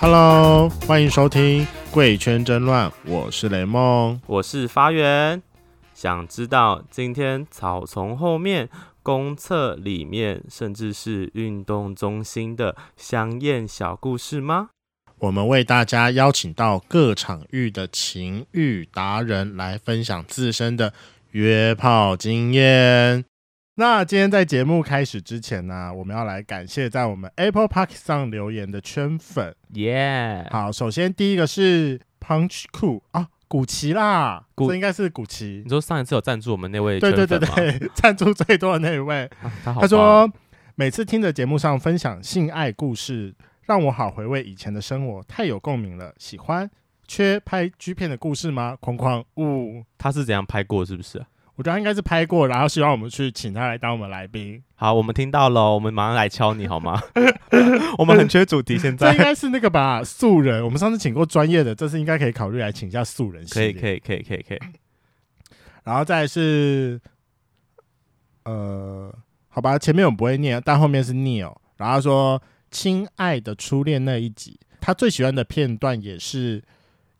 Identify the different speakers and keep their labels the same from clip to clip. Speaker 1: Hello，欢迎收听《贵圈争乱》，我是雷梦。
Speaker 2: 我是发源。想知道今天草丛后面、公厕里面，甚至是运动中心的香艳小故事吗？
Speaker 1: 我们为大家邀请到各场域的情欲达人来分享自身的约炮经验。那今天在节目开始之前呢、我们要来感谢在我们 Apple Park 上留言的圈粉。
Speaker 2: 耶、
Speaker 1: 好，首先第一个是 Punch Cool 啊，古奇啦，
Speaker 2: 古
Speaker 1: 这应该是古奇
Speaker 2: 你，说上一次有赞助我们那位
Speaker 1: 对对对
Speaker 2: 圈粉吗，
Speaker 1: 对， 赞助最多的那一位。
Speaker 2: 啊 他好
Speaker 1: 他
Speaker 2: 棒
Speaker 1: 说，每次听着节目上分享性爱故事，让我好回味以前的生活，太有共鸣了。喜欢缺拍 G 片的故事吗？框框呜，
Speaker 2: 他是怎样拍过，是不是？
Speaker 1: 我觉得他应该是拍过，然后希望我们去请他来当我们来 宾。
Speaker 2: 好，我们听到了，我们马上来敲你 好吗？我们很缺主题，现
Speaker 1: 这应
Speaker 2: 在
Speaker 1: 该是那个吧，素人。我们上次请过专业的，这次应该可以考虑来请一下素人系
Speaker 2: 可
Speaker 1: 列。
Speaker 2: 以可以可以可以可以，
Speaker 1: 然后再来是，呃，好吧，前面我不会念，但后面是 Neil，然后他说《亲爱的初恋》那一集，他最喜欢的片段也是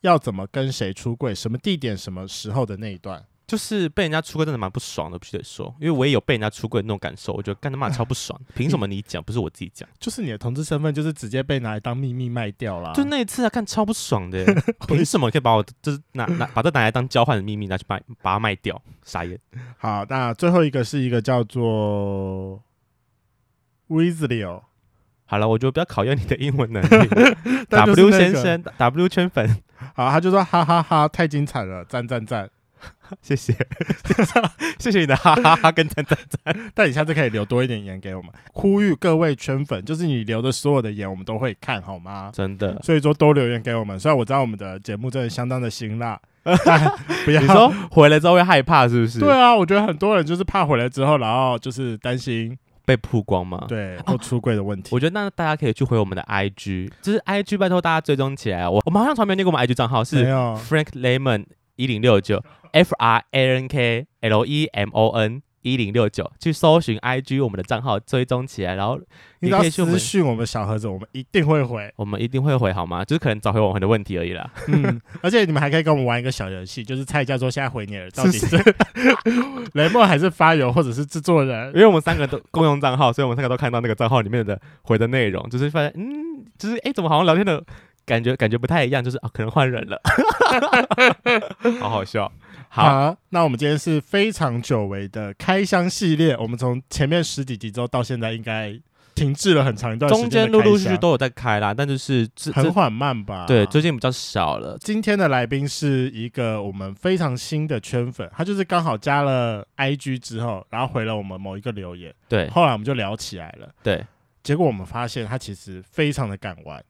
Speaker 1: 要怎么跟谁出柜，什么地点、什么时候的那一段。
Speaker 2: 就是被人家出柜真的蛮不爽的，必须得说，因为我也有被人家出柜的那种感受，我觉得干他妈超不爽，凭什么你讲，不是我自己讲？
Speaker 1: 就是你的同志身份，就是直接被拿来当秘密卖掉啦。
Speaker 2: 就那一次啊，看超不 爽的，凭什么可以把我就是拿拿把这拿来当交换的秘密拿去卖，把它卖掉？傻眼！
Speaker 1: 好，那最后一个是一个叫做 Weasley，哦
Speaker 2: 好了，我就不要考验你的英文能力。
Speaker 1: 但就是
Speaker 2: W
Speaker 1: 那
Speaker 2: 先
Speaker 1: 个，
Speaker 2: 生，W 圈粉，
Speaker 1: 好，他就说哈哈哈太精彩了，赞赞赞。
Speaker 2: 谢谢， 谢谢你的哈哈哈跟赞赞。
Speaker 1: 但你下次可以留多一点言给我们，呼吁各位圈粉，就是你留的所有的言，我们都会看，好吗？
Speaker 2: 真的，
Speaker 1: 所以说多留言给我们。虽然我知道我们的节目真的相当的辛 辣，但不要
Speaker 2: 你说回来之后会害怕是不是？
Speaker 1: 对啊，我觉得很多人就是怕回来之后，然后就是担心
Speaker 2: 被曝光吗？。
Speaker 1: 对或出柜的问题。
Speaker 2: 我觉得那大家可以去回我们的 IG，就是 IG 拜托大家追踪起来啊。我我们好像从来没有念过我们 IG 账号，是
Speaker 1: 没有
Speaker 2: Frank Lemon 一零六九 F R A N K L E M O N 一零六九，去搜寻 IG 我们的账号追踪起来，然后
Speaker 1: 你
Speaker 2: 你
Speaker 1: 只要
Speaker 2: 可以去我们
Speaker 1: 私讯我们小盒子，我们一定会回。
Speaker 2: 我们一定会回好吗？就是可能找回我们的问题而已 啦。
Speaker 1: 嗯，而且你们还可以跟我们玩一个小游戏，就是猜一下说现在回你了到底
Speaker 2: 是
Speaker 1: 是 雷梦还是发邮或者是制作人
Speaker 2: 因。为我们三个都共用账号，所以我们三个都看到那个账号里面的回的内容，就是发现嗯，就是哎、诶怎么好像聊天的感觉感觉不太一样，就是啊，可能换人 了，好好笑。好，
Speaker 1: 好，那我们今天是非常久违的开箱系列，我们从前面十几集之后到现在，应该停滞了很长一段时
Speaker 2: 中
Speaker 1: 间
Speaker 2: 间
Speaker 1: 的
Speaker 2: 陆
Speaker 1: 开箱，
Speaker 2: 陆续续都有在开啦，但就是这
Speaker 1: 很
Speaker 2: 这
Speaker 1: 缓慢吧？
Speaker 2: 对最近比较少了。
Speaker 1: 今天的来宾是一个我们非常新的圈粉，他就是刚好加了 IG 之后，然后回了我们某一个留言，
Speaker 2: 对
Speaker 1: 后来我们就聊起来了。
Speaker 2: 对，
Speaker 1: 结果我们发现他其实非常的敢玩，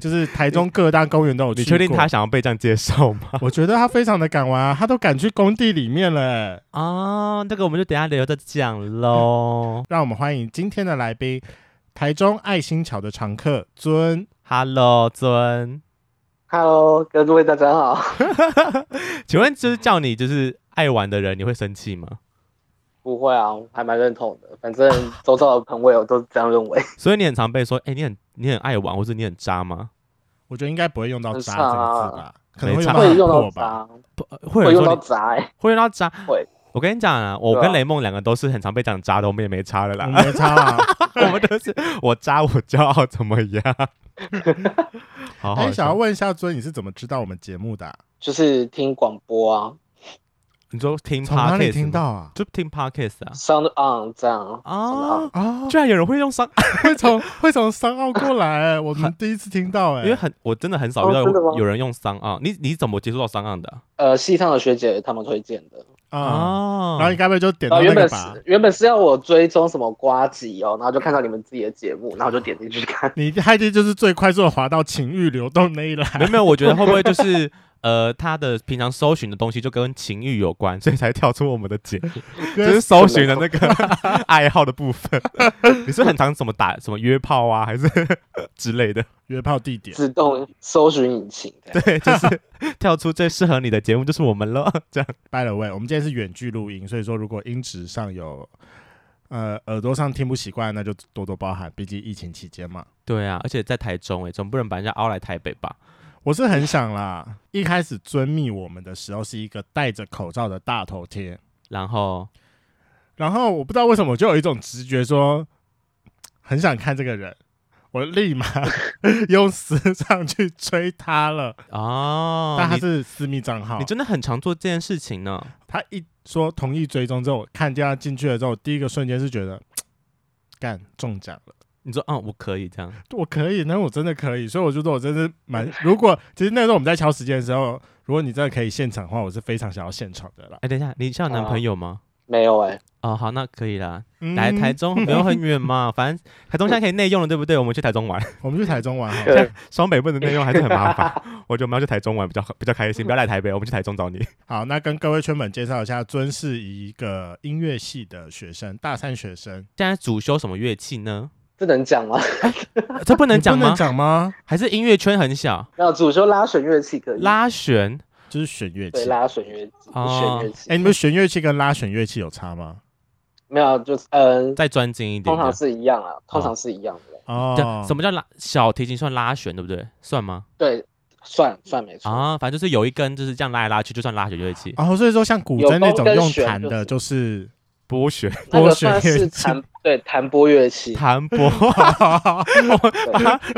Speaker 1: 就是台中各大公园都有去
Speaker 2: 你确定
Speaker 1: 过
Speaker 2: 他？想要被这样介绍吗？
Speaker 1: 我觉得他非常的敢玩啊，他都敢去工地里面了欸、
Speaker 2: 哦，这个我们就等一下留着讲 喽。
Speaker 1: 让我们欢迎今天的来宾，台中爱心桥的常客尊。
Speaker 2: Hello，尊，
Speaker 3: Hello，各位大家好。
Speaker 2: 请问就是叫你就是爱玩的人，你会生气吗？
Speaker 3: 不会啊，我还蛮认同的。反正周遭的朋友都这样认为，
Speaker 2: 所以你很常被说，哎、你很你很爱玩，或者你很渣吗？
Speaker 1: 我觉得应该不会用到“
Speaker 3: 很
Speaker 1: 渣”这
Speaker 3: 差
Speaker 1: 个
Speaker 3: 啊
Speaker 1: 字吧，可能会
Speaker 2: 没
Speaker 1: 用
Speaker 2: 差
Speaker 1: 到
Speaker 2: 会
Speaker 3: 会
Speaker 1: 很
Speaker 3: 用
Speaker 1: 破
Speaker 3: 到
Speaker 1: 吧。
Speaker 3: 渣，
Speaker 2: 不，呃会有
Speaker 3: 会
Speaker 2: 人
Speaker 3: 用
Speaker 2: 说
Speaker 3: 到
Speaker 2: 你
Speaker 3: 渣、欸。
Speaker 2: 会用到渣。
Speaker 3: 会，
Speaker 2: 我跟你讲啊，嗯我
Speaker 3: 对啊
Speaker 2: 跟雷梦两个都是很常被讲渣的，我们也没差了
Speaker 1: 我
Speaker 2: 啦。
Speaker 1: 嗯没差啊啦。
Speaker 2: 我们都是我渣我骄傲怎么 样？好
Speaker 1: 哎，
Speaker 2: 好
Speaker 1: 想要
Speaker 2: 笑。
Speaker 1: 问一下尊，你是怎么知道我们节目的啊？
Speaker 3: 就是听广播啊
Speaker 2: 你说听
Speaker 1: 从哪
Speaker 2: podcast
Speaker 1: 里听
Speaker 2: 吗？
Speaker 1: 到啊？
Speaker 2: 就听 podcast 啊。
Speaker 3: ，Sound On 这样。
Speaker 2: 啊，
Speaker 1: 啊，
Speaker 2: 居然有人会用 商，
Speaker 1: 会从会从商澳过来，我们第一次听 到哎
Speaker 2: 因为。很我真的很少遇到
Speaker 3: 哦真的吗
Speaker 2: 有人用商啊。你你怎么接触到商岸的
Speaker 3: 呃，西上的学姐他们推荐的。
Speaker 1: 啊，
Speaker 2: 啊？
Speaker 1: 然
Speaker 3: 哦
Speaker 1: 后你该不会就点
Speaker 3: 然
Speaker 1: 到
Speaker 3: 后
Speaker 1: 那
Speaker 3: 原
Speaker 1: 个
Speaker 3: 本
Speaker 1: 吧
Speaker 3: 是？啊原本是要我追踪什么瓜集哦，然后就看到你们自己的节目，然后就点进去 看。
Speaker 1: 你害的就是最快速的滑到情欲流动那 一栏。
Speaker 2: 没有没有，我觉得会不会就是 呃，他的平常搜寻的东西就跟情欲有关，所以才跳出我们的 节目，就是搜寻的那个爱好的部 分。你是很常怎么打什么约炮啊，还是之类的？
Speaker 1: 约炮地点，
Speaker 3: 自动搜寻引擎的，
Speaker 2: 对，就是 跳出最适合你的节目就是 我们了。这样
Speaker 1: by the way，我们今天是远距录音，所以说如果音质上有呃耳朵上听不习惯，那就多多包涵，毕竟疫情期间嘛。
Speaker 2: 对啊，而且在台中哎、总不能把人家凹来台北吧？
Speaker 1: 我是很想啦，一开始遵密我们的时候是一个戴着口罩的大头贴，
Speaker 2: 然后
Speaker 1: 然后我不知道为什么我就有一种直觉说很想看这个人，我立 马用私账去追他了，
Speaker 2: 哦，
Speaker 1: 但他
Speaker 2: 你
Speaker 1: 是私密账号
Speaker 2: 你，真的很常做这件事情呢。
Speaker 1: 他一说同意追踪之后，我看见他进去了之后，我第一个瞬间是觉得干中奖了。
Speaker 2: 你说，嗯，我可以这样，
Speaker 1: 我可以，那我真的可以，所以我觉得我真的蛮……如果其实那时候我们在敲时间的时候，如果你真的可以现场的话，我是非常想要现场的啦
Speaker 2: 哎、。等一下，你像有男朋友吗？
Speaker 3: 没有哎、
Speaker 2: 哦，好，那可以啦。
Speaker 1: 嗯
Speaker 2: 来台，中没有很远嘛，反正台中现在可以内用了，对不对？我们去台中玩，
Speaker 1: 我们去台中玩好了。
Speaker 3: 对，
Speaker 2: 双北不能内用还是很麻 烦。我觉得我们要去台中玩比较好比较开心，不要来台北，我们去台中找你。
Speaker 1: 好，那跟各位圈粉介绍一下，尊是一个音乐系的学生，大三学生，
Speaker 2: 现在主修什么乐器呢？
Speaker 3: 这能讲吗？
Speaker 2: 呃 这不
Speaker 1: 不
Speaker 2: 能讲吗
Speaker 1: 能？讲吗？
Speaker 2: 还是音乐圈很小？
Speaker 3: 没有，主修拉弦乐器可以。
Speaker 2: 拉弦
Speaker 1: 就是弦乐器
Speaker 3: 对。拉弦乐器，
Speaker 2: 哦
Speaker 3: 弦乐器。
Speaker 1: 哎，你们弦乐器跟拉弦乐器有差吗？
Speaker 3: 没有，就是嗯，
Speaker 2: 再专精一点
Speaker 3: 通常
Speaker 2: 的。
Speaker 3: 是一样啊，通常是一样的。
Speaker 1: 哦
Speaker 2: 这，样什么叫拉小提琴算拉弦对不对？算吗？
Speaker 3: 对，算算没错。
Speaker 2: 啊，反正就是有一根就是这样拉来拉去，就算拉弦乐器。
Speaker 1: 哦，所以说像古筝那种用弹的，
Speaker 3: 有
Speaker 1: 就是
Speaker 2: 拨弦、
Speaker 3: 那
Speaker 1: 拨
Speaker 3: 个
Speaker 1: 弦
Speaker 3: 算
Speaker 1: 乐
Speaker 3: 是
Speaker 1: 器
Speaker 3: 弹对弹拨乐器，
Speaker 2: 弹拨，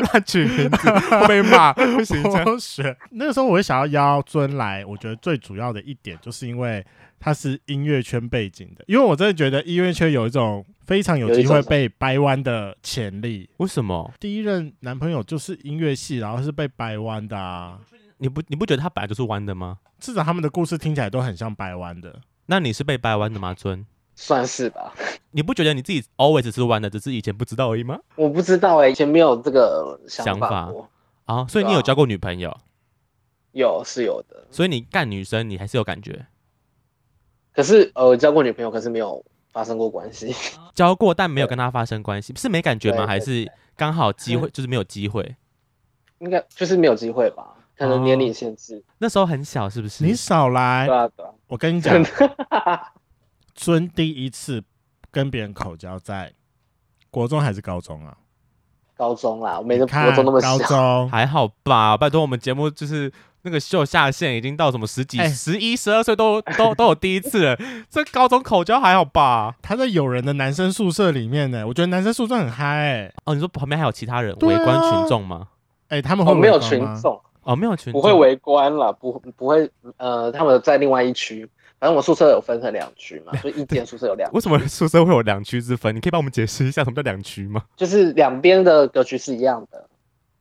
Speaker 2: 乱取名字 会被骂，不行 这样。
Speaker 1: 剥削。那个时候我会想要邀尊来，我觉得最主要的一点就是因为他是音乐圈背景的，因为我真的觉得音乐圈有一种非常有机会被掰弯的潜力。
Speaker 2: 为什么？
Speaker 1: 第一任男朋友就是音乐系，然后是被掰弯的啊。
Speaker 2: 你不你不觉得它本来就是弯的吗？
Speaker 1: 至少他们的故事听起来都很像掰弯的。
Speaker 2: 那你是被掰弯的吗，尊？
Speaker 3: 算是吧。
Speaker 2: 你不觉得你自己 always 是弯的，只是以前不知道而已吗？
Speaker 3: 我不知道哎、以前没有这个想
Speaker 2: 想法
Speaker 3: 法过。
Speaker 2: 啊，所以你
Speaker 3: 对啊
Speaker 2: 有交过女朋友，
Speaker 3: 有是有的，
Speaker 2: 所以你干女生你还是有感觉，
Speaker 3: 可是呃，我交过女朋友，可是没有发生过关系。
Speaker 2: 交过但没有跟她发生关系，是没感觉吗？
Speaker 3: 对
Speaker 2: 还是刚好机会就是没有机会？
Speaker 3: 应该就是没有机会吧？可能年龄限制，
Speaker 2: 那时候很小是不是？
Speaker 1: 你少来
Speaker 3: 对，啊对啊，
Speaker 1: 我跟你讲
Speaker 3: 真，的，
Speaker 1: 尊第一次跟别人口交在国中还是高中啊？
Speaker 3: 高中啦，我没那
Speaker 1: 你看
Speaker 3: 国中那么
Speaker 1: 高
Speaker 3: 小，
Speaker 1: 中
Speaker 2: 还好吧？拜托，我们节目就是那个秀下限已经到什么十几、
Speaker 1: 哎
Speaker 2: 十一、十二岁都都都有第一次了，这高中口交还好吧？
Speaker 1: 他在友人的男生宿舍里面呢、我觉得男生宿舍很嗨、欸，
Speaker 2: 哦，你说旁边还有其他人
Speaker 1: 对
Speaker 2: 围
Speaker 1: 啊
Speaker 2: 观群众吗？
Speaker 1: 哎、他们会
Speaker 3: 我哦没有
Speaker 1: 围观
Speaker 3: 群
Speaker 1: 吗
Speaker 3: 众，
Speaker 2: 哦，没有群众，
Speaker 3: 不会围观啦，不不会呃，他们在另外一区，反正我宿舍有分成两区嘛，就一间宿舍有两，
Speaker 2: 为什么宿舍会有两区之分？你可以帮我们解释一下什么叫两区吗？
Speaker 3: 就是两边的格局是一样的。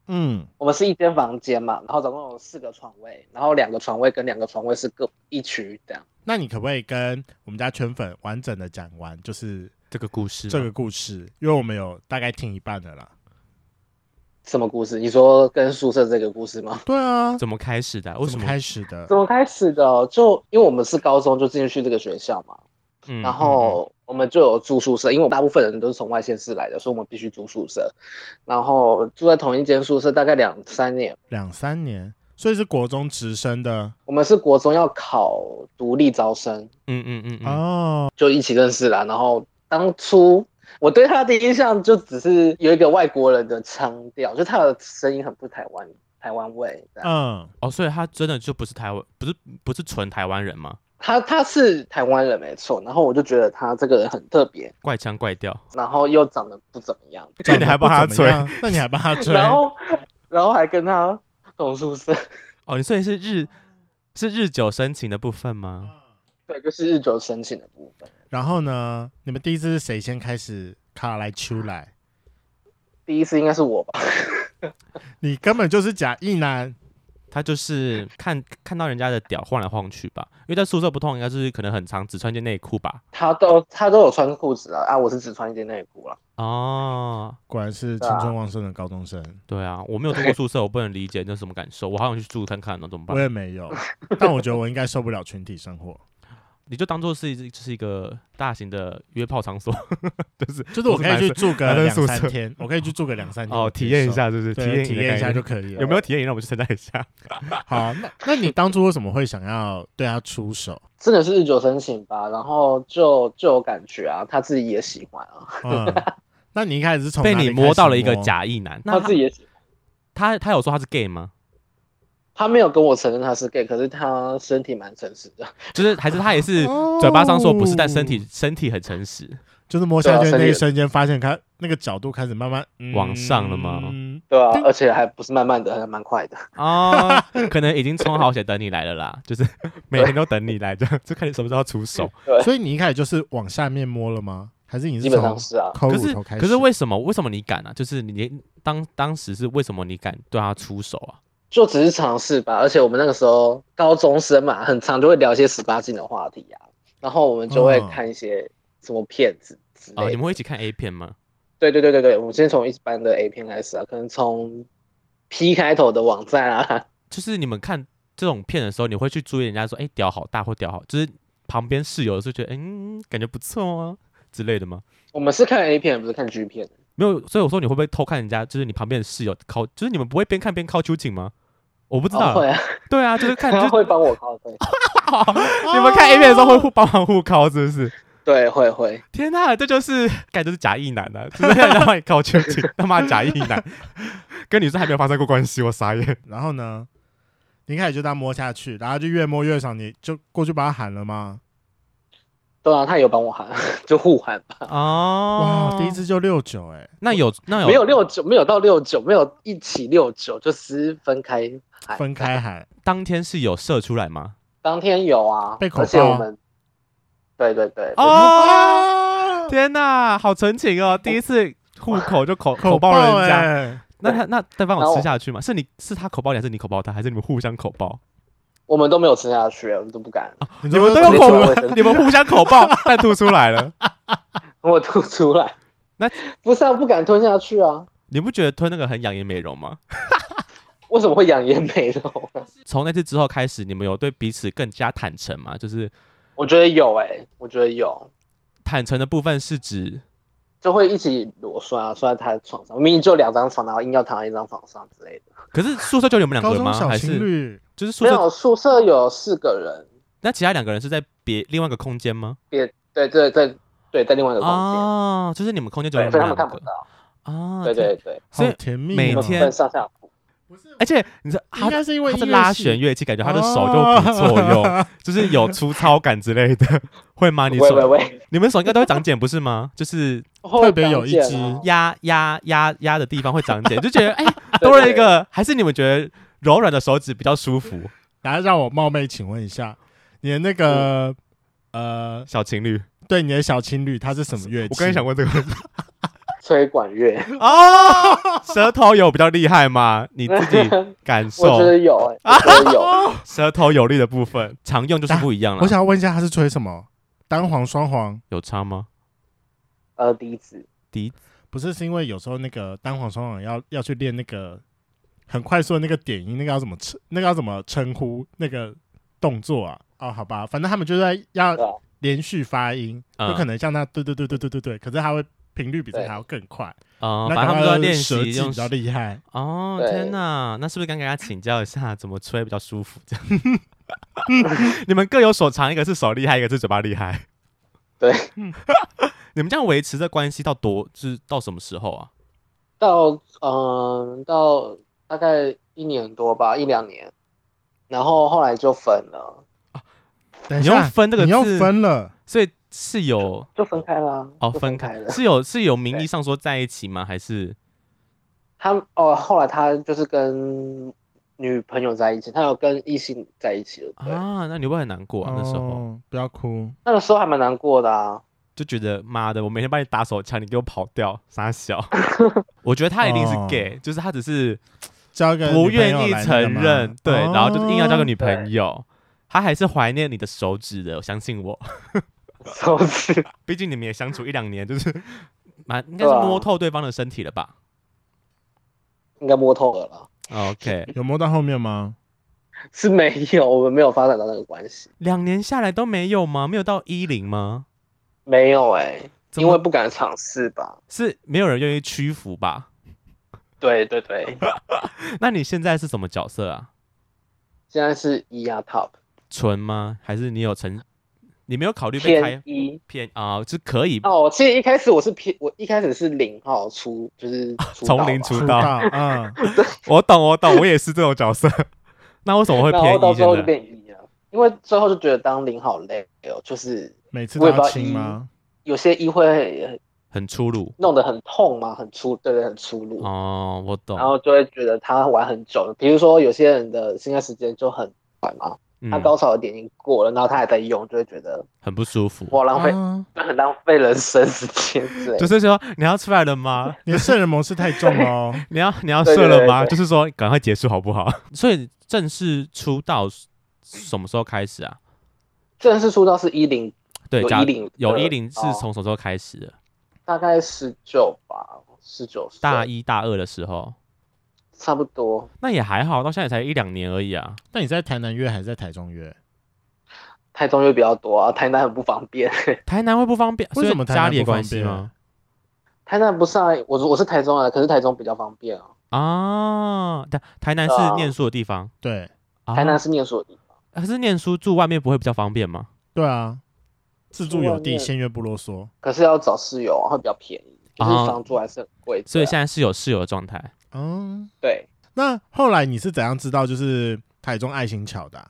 Speaker 1: 嗯，
Speaker 3: 我们是一间房间嘛，然后总共有四个床位，然后两个床位跟两个床位是各一区这样。
Speaker 1: 那你可不可以跟我们家圈粉完整的讲完，就是
Speaker 2: 这个故事吗，
Speaker 1: 这个故事？因为我们有大概听一半的啦。
Speaker 3: 什么故事？你说跟宿舍这个故事吗？
Speaker 1: 对啊，
Speaker 2: 怎么开始的啊？为什
Speaker 1: 怎
Speaker 2: 么？
Speaker 1: 开始的
Speaker 3: 怎？么开始的哦？就因为我们是高中就进去这个学校嘛，
Speaker 2: 嗯
Speaker 3: 然后我们就有住宿舍，因为我们大部分人都是从外县市来的，所以我们必须住宿舍。然后住在同一间宿舍大概两三年，
Speaker 1: 两三年，所以是国中直升的、
Speaker 3: 我们是国中要考独立招生，
Speaker 2: 嗯嗯嗯嗯，
Speaker 1: 哦。
Speaker 3: 就一起认识啦。然后当初我对他的印象就只是有一个外国人的腔调，就他的声音很不台湾台湾味这样。
Speaker 1: 嗯，
Speaker 2: 哦，所以他真的就不是台湾，不是不是纯台湾人吗？
Speaker 3: 他他是台湾人没错，然后我就觉得他这个人很特别，
Speaker 2: 怪腔怪调，
Speaker 3: 然后又长得不怎么样，
Speaker 2: 那你还帮他
Speaker 1: 长得不怎么样？ 那你还帮他吹？
Speaker 3: 然后然后还跟他同宿舍，
Speaker 2: 哦，你所以是日是日久生情的部分吗？
Speaker 3: 对，就是日久生情的部分。
Speaker 1: 然后呢？你们第一次是谁先开始卡来出来？
Speaker 3: 第一次应该是我吧，
Speaker 1: 你根本就是假意男，
Speaker 2: 他就是看看到人家的屌晃来晃去吧，因为在宿舍不通，应该就是可能很长，只穿件内裤吧。
Speaker 3: 他都他都有穿裤子了啊，我是只穿一件内裤了。
Speaker 2: 哦，
Speaker 1: 果然是青春旺盛的高 中生。
Speaker 2: 对啊，我没有住过宿舍，我不能理解那是什么感受，我好想去住看看呢，怎么
Speaker 1: 我
Speaker 2: 办？
Speaker 1: 也没有，但我觉得我应该受不了群体生活。
Speaker 2: 你就当做是一就是一个大型的约炮场所，就是
Speaker 1: 就是我可以去住个
Speaker 2: 男生
Speaker 1: 两
Speaker 2: 宿
Speaker 1: 三
Speaker 2: 舍
Speaker 1: 天，我可以去住个两三天
Speaker 2: 哦，体验一，下，就是
Speaker 1: 我
Speaker 2: 体
Speaker 1: 接受对，
Speaker 2: 验
Speaker 1: 体
Speaker 2: 的
Speaker 1: 验一
Speaker 2: 概
Speaker 1: 下
Speaker 2: 念
Speaker 1: 就可以了。
Speaker 2: 有没有体验营？让我们去参加一下。
Speaker 1: 好？那那你当初为什么会想要对他出手？
Speaker 3: 真的是日久生情吧，然后就就有感觉啊，他自己也喜欢啊，
Speaker 1: 嗯，那你一开始是从
Speaker 2: 被
Speaker 1: 哪里
Speaker 2: 你
Speaker 1: 开始摸
Speaker 2: 摸到了一个，假意男，那
Speaker 3: 他自己也喜欢。
Speaker 2: 他他有说他是 gay 吗？
Speaker 3: 他没有跟我承认他是 gay，可是他身体蛮诚实的，
Speaker 2: 就是还是他也是
Speaker 1: 哦
Speaker 2: 嘴巴上说不是，但身体身体很诚实。
Speaker 1: 就是摸下去的那
Speaker 3: 对
Speaker 1: 一
Speaker 3: 啊
Speaker 1: 瞬间，发现他那个角度开始慢慢、嗯
Speaker 2: 往上了吗
Speaker 3: 对啊，而且还不是慢慢的，还蛮快的。
Speaker 2: 哦，可能已经充好血等你来了啦，就是 每天都等你来，这样就看你什么时候出手。
Speaker 1: 所以你一开始就是往下面摸了吗？还是你
Speaker 3: 基
Speaker 1: 是
Speaker 3: 本上
Speaker 1: 从
Speaker 3: 是啊，
Speaker 1: 抠
Speaker 2: 可
Speaker 1: 乳
Speaker 2: 是
Speaker 1: 头开始？
Speaker 2: 可是为什么为什么你敢啊？就是你你当当时是为什么你敢对他出手啊？
Speaker 3: 就只是尝试吧。而且我们那个时候高中生嘛，很常就会聊一些十八禁的话题啊，然后我们就会
Speaker 1: 嗯
Speaker 3: 看一些什么片子之
Speaker 2: 哦，
Speaker 1: 哎
Speaker 3: 类
Speaker 2: 你
Speaker 3: 的。
Speaker 2: 们会一起看 A 片吗？
Speaker 3: 对对对对对，我们先从一般的 A 片开始啊，可能从 P 开头的网站啊，
Speaker 2: 就是你们看这种片的时候，你会去注意人家说，哎、屌好大或屌好，就是旁边室友是觉得，嗯，感觉不错啊之类的吗？
Speaker 3: 我们是看 A 片，不是看 G 片。
Speaker 2: 没有，所以我说你会不会偷看人家，就是你旁边的室友靠，就是你们不会边看边靠秋瑾吗？我不知道，
Speaker 3: 哦，会啊，
Speaker 2: 对啊，就是 看，
Speaker 3: 他
Speaker 2: 就是
Speaker 3: 会帮我靠，对
Speaker 2: 你们看 A 片的时候会互帮忙互靠，是不是？
Speaker 3: 对，会会。
Speaker 2: 天呐、这就是，感觉是假意男啊，就是他妈靠秋瑾，他妈假意男，跟女生还没有发生过关系，我傻眼。
Speaker 1: 然后呢，你一开始就这样摸下去，然后就越摸越爽，你就过去把他喊了吗？
Speaker 3: 对啊，他有帮我喊， 就互喊吧。
Speaker 2: 哦
Speaker 1: 哇，第一，次就六九哎，
Speaker 2: 那有那有
Speaker 3: 没有六九，没有到六九，没有一起六九，就是分开喊。
Speaker 1: 分开喊，
Speaker 2: 当天是有射出来吗？
Speaker 3: 当天有啊，
Speaker 1: 被口
Speaker 3: 而且
Speaker 1: 爆啊
Speaker 3: 我们，对对对，
Speaker 2: 哦，天呐，好纯情哦！第一次户口就口口爆人家，
Speaker 1: 家，
Speaker 2: 那他那对方
Speaker 3: 然
Speaker 2: 有
Speaker 3: 后
Speaker 2: 吃下去吗？是你是他口爆你，还是你口爆他，还是你们互相口爆？
Speaker 3: 我们都没有吃下去，我们都不敢，
Speaker 1: 你
Speaker 2: 你
Speaker 1: 怎
Speaker 2: 们
Speaker 1: 么
Speaker 2: 都有
Speaker 3: 直接
Speaker 2: 口
Speaker 3: 出来卫生
Speaker 2: 爆，
Speaker 3: 纸
Speaker 2: 你们互相口爆，但吐出来了。
Speaker 3: 我吐出来。
Speaker 2: 那
Speaker 3: 不是啊，不敢吞下去啊。
Speaker 2: 你不觉得吞那个很养颜美容吗？
Speaker 3: 为什么会养颜美容？
Speaker 2: 从那次之后开始，你们有对彼此更加坦诚吗？就是
Speaker 3: 我觉得有哎、我觉得有，
Speaker 2: 坦诚的部分是指
Speaker 3: 就会一起裸睡啊，睡在他的床上，明明就两张床，然后硬要躺在一张床上之类的。
Speaker 2: 可是宿舍就你们两
Speaker 1: 高
Speaker 2: 个人
Speaker 1: 中
Speaker 2: 吗？
Speaker 1: 小
Speaker 2: 还
Speaker 1: 情
Speaker 2: 是
Speaker 1: 侣，
Speaker 2: 就是宿
Speaker 3: 没
Speaker 2: 舍？
Speaker 3: 有，宿舍有四个人，
Speaker 2: 那其他两个人是在别另外一个空间吗？
Speaker 3: 对对对对，在另外一个空间，
Speaker 2: 哦，就是你们空间只有
Speaker 3: 对，
Speaker 2: 你
Speaker 3: 所
Speaker 2: 们
Speaker 3: 以
Speaker 2: 两
Speaker 3: 他们看不
Speaker 2: 个
Speaker 3: 到。
Speaker 2: 啊？
Speaker 3: 对对对，
Speaker 2: 所
Speaker 1: 好
Speaker 2: 以
Speaker 1: 甜蜜哦，
Speaker 2: 每
Speaker 3: 我们
Speaker 2: 天
Speaker 3: 分上下铺。
Speaker 2: 而且你知道
Speaker 1: 应
Speaker 2: 他
Speaker 1: 该是因为
Speaker 2: 他是
Speaker 1: 音乐
Speaker 2: 拉
Speaker 1: 系
Speaker 2: 弦乐器，感觉他的手就不作用，
Speaker 1: 哦
Speaker 2: 就是有粗糙感之类的， 会吗？你
Speaker 3: 喂喂
Speaker 2: 手，
Speaker 3: 喂，
Speaker 2: 你们手应该都会长茧不是吗？就是
Speaker 1: 特别有一
Speaker 3: 后来
Speaker 1: 只
Speaker 3: 看见啊
Speaker 2: 压压压压的地方会长 茧，就觉得哎、
Speaker 3: 对
Speaker 2: 多了一个，还是你们觉得柔软的手指比较舒服？
Speaker 1: 等下让我冒昧请问一下，你的那个呃，
Speaker 2: 小情 侣，
Speaker 1: 对你的小情侣他是什么乐器？
Speaker 2: 嗯我刚才想问这个 问题
Speaker 3: 吹 管乐，
Speaker 2: 哦，舌头有比较厉害吗？你自己感
Speaker 3: 我觉
Speaker 2: 受
Speaker 3: 得有哎、我觉得有。
Speaker 2: 舌头有力的部分，常用就是不一样了。
Speaker 1: 我想要问一下，他是吹什么？单簧、双簧？
Speaker 2: 有差吗？
Speaker 3: 呃，笛子，
Speaker 1: 不是，是因为有时候那个单簧、双簧要要去练那个很快速的那个点音，那个要怎么称？那个要怎么称呼那个动作啊？哦，好吧，反正他们就在要
Speaker 3: 对啊
Speaker 1: 连续发音，
Speaker 2: 嗯
Speaker 1: 有可能像那对对对对对对对，可是他会频率比这个还要更快，
Speaker 2: 啊、
Speaker 1: 那
Speaker 2: 反正他
Speaker 1: 搞
Speaker 2: 们都
Speaker 1: 不好
Speaker 2: 要练
Speaker 1: 舌
Speaker 2: 习
Speaker 1: 技
Speaker 2: 用
Speaker 1: 比较厉害。
Speaker 2: 哦，
Speaker 3: 对
Speaker 2: 天哪，那是不是该给他请教一下怎么吹比较舒服？这 样，你们各有所长，一个是手厉害，一个是嘴巴厉害。
Speaker 3: 对，
Speaker 2: 你们这样维持这关系到多，就是到什么时候啊？
Speaker 3: 到嗯、到大概一年多吧，一两年，然后后来就分了，
Speaker 1: 等一
Speaker 2: 你用
Speaker 1: 下，
Speaker 2: 分这个
Speaker 1: 你要
Speaker 2: 字
Speaker 1: 分了，
Speaker 2: 所以是有
Speaker 3: 就分开了啊。
Speaker 2: 哦，
Speaker 3: 就
Speaker 2: 分
Speaker 3: 分
Speaker 2: 开
Speaker 3: 了。
Speaker 2: 是有是有名义
Speaker 3: 对
Speaker 2: 上说在一起吗？还是
Speaker 3: 他哦，后来他就是跟女朋友在一起，他有跟异性在一起了。对，
Speaker 2: 啊？那你会不会很难过啊？那时候
Speaker 1: 哦不要哭。
Speaker 3: 那个时候还蛮难过的啊。
Speaker 2: 就觉得妈的，我每天帮你打手枪，你给我跑掉，傻 小。我觉得他一定是
Speaker 1: 哦
Speaker 2: gay，、就是他只是
Speaker 1: 交个
Speaker 2: 不
Speaker 1: 女朋
Speaker 2: 愿
Speaker 1: 友
Speaker 2: 意
Speaker 1: 来哦那个
Speaker 2: 承
Speaker 1: 吗
Speaker 2: 认，对，然后就是硬要交个女朋
Speaker 3: 哦对
Speaker 2: 友，他还是怀念你的手指的，相信我，
Speaker 3: 手指，
Speaker 2: 毕竟你们也相处一两年，就是 蛮应该是
Speaker 3: 对啊
Speaker 2: 摸透对方的身体了吧
Speaker 3: 应该摸透了啦。
Speaker 2: ？OK，
Speaker 1: 有摸到后面吗？
Speaker 3: 是没有，我们没有发展到那个关系，
Speaker 2: 两年下来都没有吗？没有到一零吗？
Speaker 3: 没有哎、
Speaker 2: 怎
Speaker 3: 因
Speaker 2: 么
Speaker 3: 为不敢尝试吧。
Speaker 2: 是没有人愿意屈服吧？
Speaker 3: 对对对，
Speaker 2: 那你现在是什么角色啊？
Speaker 3: 现在是一啊 top
Speaker 2: 纯吗？还是你有成？你没有考虑被
Speaker 3: 偏
Speaker 2: 开
Speaker 3: 一
Speaker 2: 偏啊、是可以
Speaker 3: 哦。其实一开始我是偏，我一开始是零号出，就是出道
Speaker 2: 从
Speaker 3: 嘛
Speaker 2: 零出
Speaker 1: 出
Speaker 2: 道。
Speaker 1: 道，嗯，
Speaker 2: 我懂，我懂，我也是这种角色。 那为什么会
Speaker 3: 然后
Speaker 2: 偏
Speaker 3: 到
Speaker 2: 一？
Speaker 3: 最后就
Speaker 2: 现在
Speaker 3: 变一了，因为最后就觉得当零好累哦，就是
Speaker 1: 每次都
Speaker 3: 我也不
Speaker 1: 要
Speaker 3: 知道
Speaker 1: 亲吗？
Speaker 3: 有些一会
Speaker 2: 很粗鲁
Speaker 3: 弄得很痛嘛，很粗，对对，很粗鲁。
Speaker 2: 哦，我懂。
Speaker 3: 然后就会觉得他玩很久了，比如说有些人的性爱时间就很短嘛，
Speaker 2: 嗯
Speaker 3: 他高潮的点已经过了，然后他还在用，就会觉得
Speaker 2: 很不舒服，
Speaker 3: 哇浪费，
Speaker 1: 啊
Speaker 3: 就 很浪费人生时间之类的。
Speaker 2: 就是说你要出来了 吗？
Speaker 1: 你的圣人模式太重了哦。
Speaker 2: 你要你要
Speaker 3: 对
Speaker 2: 射
Speaker 3: 对
Speaker 2: 了
Speaker 3: 对
Speaker 2: 吗？
Speaker 3: 对
Speaker 2: 就是说赶快结束好不好？ 所以正式出道是什么时候开始啊？
Speaker 3: 正式出道是一零，
Speaker 2: 对，
Speaker 3: 有
Speaker 2: 假
Speaker 3: 10
Speaker 2: 有
Speaker 3: 的
Speaker 2: 一零是
Speaker 3: 哦
Speaker 2: 从什么时候开始的？
Speaker 3: 大概十九吧，十九岁，
Speaker 2: 大一大二的时候，
Speaker 3: 差不多。
Speaker 2: 那也还好，到现在才一两年而已啊。
Speaker 1: 但你在台南约还是在台中约？
Speaker 3: 台中又比较多啊，台南很不方便。
Speaker 2: 台南会不方便，
Speaker 1: 为
Speaker 2: 是
Speaker 1: 什么台
Speaker 2: 家
Speaker 1: 南
Speaker 2: 里的
Speaker 1: 不方
Speaker 2: 关系
Speaker 1: 便
Speaker 2: 吗？
Speaker 3: 台南不上来，我是我是台中啊人，可是台中比较方便啊。
Speaker 2: 啊，台台南是
Speaker 3: 对啊
Speaker 2: 念书的地方，
Speaker 1: 对，
Speaker 2: 啊
Speaker 3: 台南是念书的地方，
Speaker 2: 可是念书住外面不会比较方便吗？
Speaker 1: 对啊，自助有地，
Speaker 3: 外面
Speaker 1: 先约不啰嗦
Speaker 3: 可是要找室友啊会比较便宜，可是
Speaker 2: 啊
Speaker 3: 房租还是很贵。
Speaker 2: 所以
Speaker 3: 对啊
Speaker 2: 现在是有室友的状态。
Speaker 1: 嗯，
Speaker 3: 对。
Speaker 1: 那后来你是怎样知道就是台中爱心桥的啊、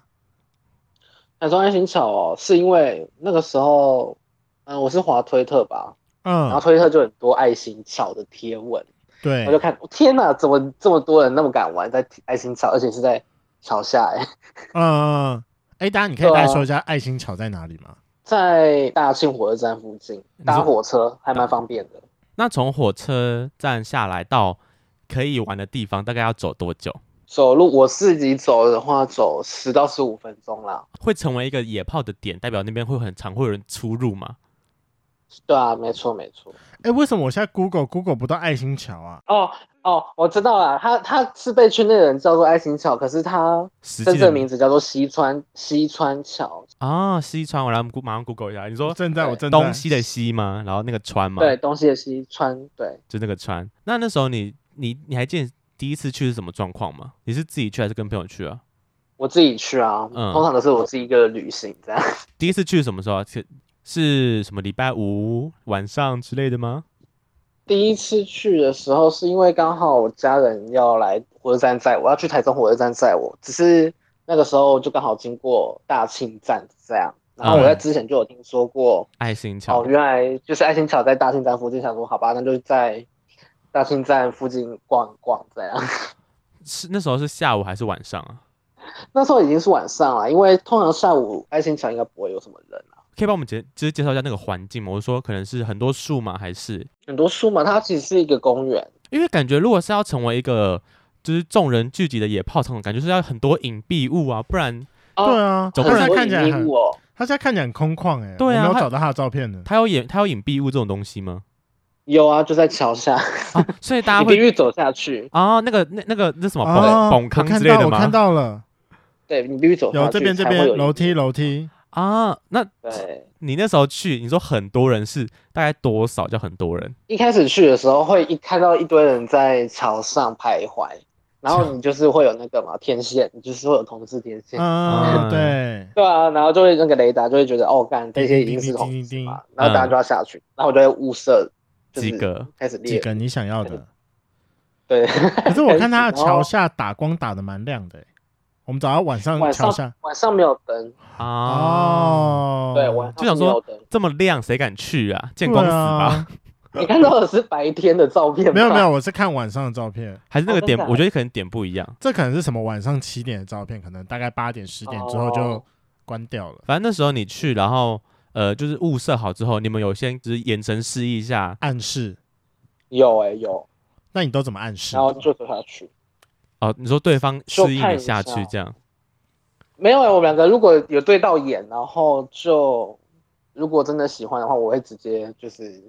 Speaker 3: 台中爱心巧哦，是因为那个时候，嗯，我是滑推特吧，然后
Speaker 1: 嗯，
Speaker 3: 推特就很多爱心巧的贴文，啊我就
Speaker 1: 对，
Speaker 3: 看，天哪，怎么这么多人那么敢玩在爱心巧，而且是在桥下、欸，
Speaker 1: 嗯，哎，大家你可以
Speaker 3: 对啊
Speaker 1: 大概说一下爱心桥在哪里吗？
Speaker 3: 在大庆火车站附近
Speaker 2: 你说嗯
Speaker 3: 搭火车还蛮方便的。
Speaker 2: 那从火车站下来到可以玩的地方，大概要走多久？
Speaker 3: 走路我自己走的话，走十到十五分钟啦。
Speaker 2: 会成为一个野炮的点，代表那边会很常会有人出入吗？
Speaker 3: 对啊，没错没错。
Speaker 1: 哎，为什么我现在 Google Google 不到爱心桥啊？
Speaker 3: 哦哦，我知道啦，他他是被圈内人叫做爱心巧，可是他
Speaker 2: 实际
Speaker 3: 真正名字叫做西川西川桥，
Speaker 2: 啊，西川，我来 Goo- 马上 Google 一下。你
Speaker 1: 我
Speaker 2: 说
Speaker 1: 正在
Speaker 3: 对
Speaker 1: 我正在
Speaker 2: 东西的西吗？然后那个川吗？
Speaker 3: 对，，东西的西川，对，
Speaker 2: 就那个川。那那时候你你你还记得第一次去是什么状况吗？你是自己去还是跟朋友去啊？
Speaker 3: 我自己去啊，
Speaker 2: 嗯
Speaker 3: 通常都是我自己一个旅行这样。
Speaker 2: 第一次去是什么时候啊？是是什么礼拜五晚上之类的吗？
Speaker 3: 第一次去的时候，是因为刚好我家人要来火车站载我，要去台中火车站载我，只是那个时候就刚好经过大庆站这样。然后我在
Speaker 1: 嗯
Speaker 3: 之前就有听说过，
Speaker 2: 爱心桥
Speaker 3: 哦，原来就是爱心桥在大庆站附近，想说好吧，那就在大庆站附近逛一逛这样。
Speaker 2: 是那时候是下午还是晚上啊？
Speaker 3: 那时候已经是晚上了，因为通常下午爱心桥应该不会有什么人啊，
Speaker 2: 可以帮我们介就是介绍一下那个环境吗？我说可能是很多树吗？还是
Speaker 3: 很多树嘛，它其实是一个公园。
Speaker 2: 因为感觉如果是要成为一个就是众人聚集的野炮场，感觉是要很多隐蔽物啊，不然
Speaker 3: 哦
Speaker 1: 对啊，
Speaker 2: 总
Speaker 1: 他
Speaker 2: 不
Speaker 1: 现在
Speaker 2: 能
Speaker 3: 很多
Speaker 1: 看起来
Speaker 3: 隐
Speaker 1: 很
Speaker 3: 蔽物哦。
Speaker 1: 他现在看起来很空旷哎，
Speaker 2: 对
Speaker 1: 我没
Speaker 2: 啊
Speaker 1: 有
Speaker 2: 他
Speaker 1: 找到他的照片呢。
Speaker 2: 它有隐它有隐蔽物这种东西吗？
Speaker 3: 有啊，就在桥下，
Speaker 1: 哦
Speaker 2: 啊，所以大家
Speaker 3: 你必
Speaker 2: 会
Speaker 3: 须走下去。
Speaker 2: 啊那个那那个那什么
Speaker 1: 哦
Speaker 2: 蹦蹦康
Speaker 1: 我看
Speaker 2: 之类
Speaker 1: 到
Speaker 2: 的
Speaker 1: 我
Speaker 2: 吗？
Speaker 1: 看到了，
Speaker 3: 对你必须走下去。
Speaker 1: 有这边这
Speaker 3: 才会有
Speaker 1: 边楼梯。楼梯，
Speaker 2: 啊，那
Speaker 3: 对，
Speaker 2: 你那时候去，你说很多人是大概多少叫很多人？
Speaker 3: 一开始去的时候会一看到一堆人在桥上徘徊，然后你就是会有那个嘛天线，你就是会有同事天线。
Speaker 1: 嗯，
Speaker 2: 嗯
Speaker 1: 对，
Speaker 3: 对啊，然后就会那个雷达就会觉得哦，干这些已经是同
Speaker 1: 叮叮
Speaker 3: 事
Speaker 1: 叮叮嗯
Speaker 3: 嘛，然后大家就要下去，然后我就会物色就是
Speaker 2: 几个
Speaker 3: 开始
Speaker 1: 几
Speaker 3: 列。
Speaker 1: 个你想要 的。
Speaker 3: 对，
Speaker 1: 可是我看 他的
Speaker 3: 然
Speaker 1: 桥
Speaker 3: 后
Speaker 1: 下打光打的蛮亮的欸，我们找到晚上
Speaker 3: 晚
Speaker 1: 桥
Speaker 3: 上
Speaker 1: 下
Speaker 3: 晚上没有灯，
Speaker 2: 啊？
Speaker 1: 哦，
Speaker 3: 对，晚
Speaker 2: 就想
Speaker 3: 上没
Speaker 2: 说
Speaker 3: 有灯。
Speaker 2: 这么亮，谁敢去啊？见
Speaker 1: 对
Speaker 2: 光死吧！
Speaker 1: 啊，
Speaker 3: 你看到的是白天的照片吗？
Speaker 1: 没有没有，我是看晚上的照片，
Speaker 2: 还是那
Speaker 3: 哦
Speaker 2: 个
Speaker 3: 真
Speaker 2: 点，
Speaker 3: 的
Speaker 2: 我觉得可能点不一样。
Speaker 1: 这可能是什么晚上七点的照片，可能大概八点十点之后就
Speaker 3: 哦
Speaker 1: 关掉了，
Speaker 2: 反正那时候你去，然后呃，就是物色好之后，你们有先只是眼神示意一下
Speaker 1: 暗示。
Speaker 3: 有哎、有，
Speaker 1: 那你都怎么暗示
Speaker 3: 然？后就走下去。
Speaker 2: 哦，你说对方示
Speaker 3: 就
Speaker 2: 意
Speaker 3: 看
Speaker 2: 你
Speaker 3: 一
Speaker 2: 下去
Speaker 3: 下
Speaker 2: 这样，
Speaker 3: 没有、欸，我们两个如果有对到眼，然后就如果真的喜欢的话，我会直接就是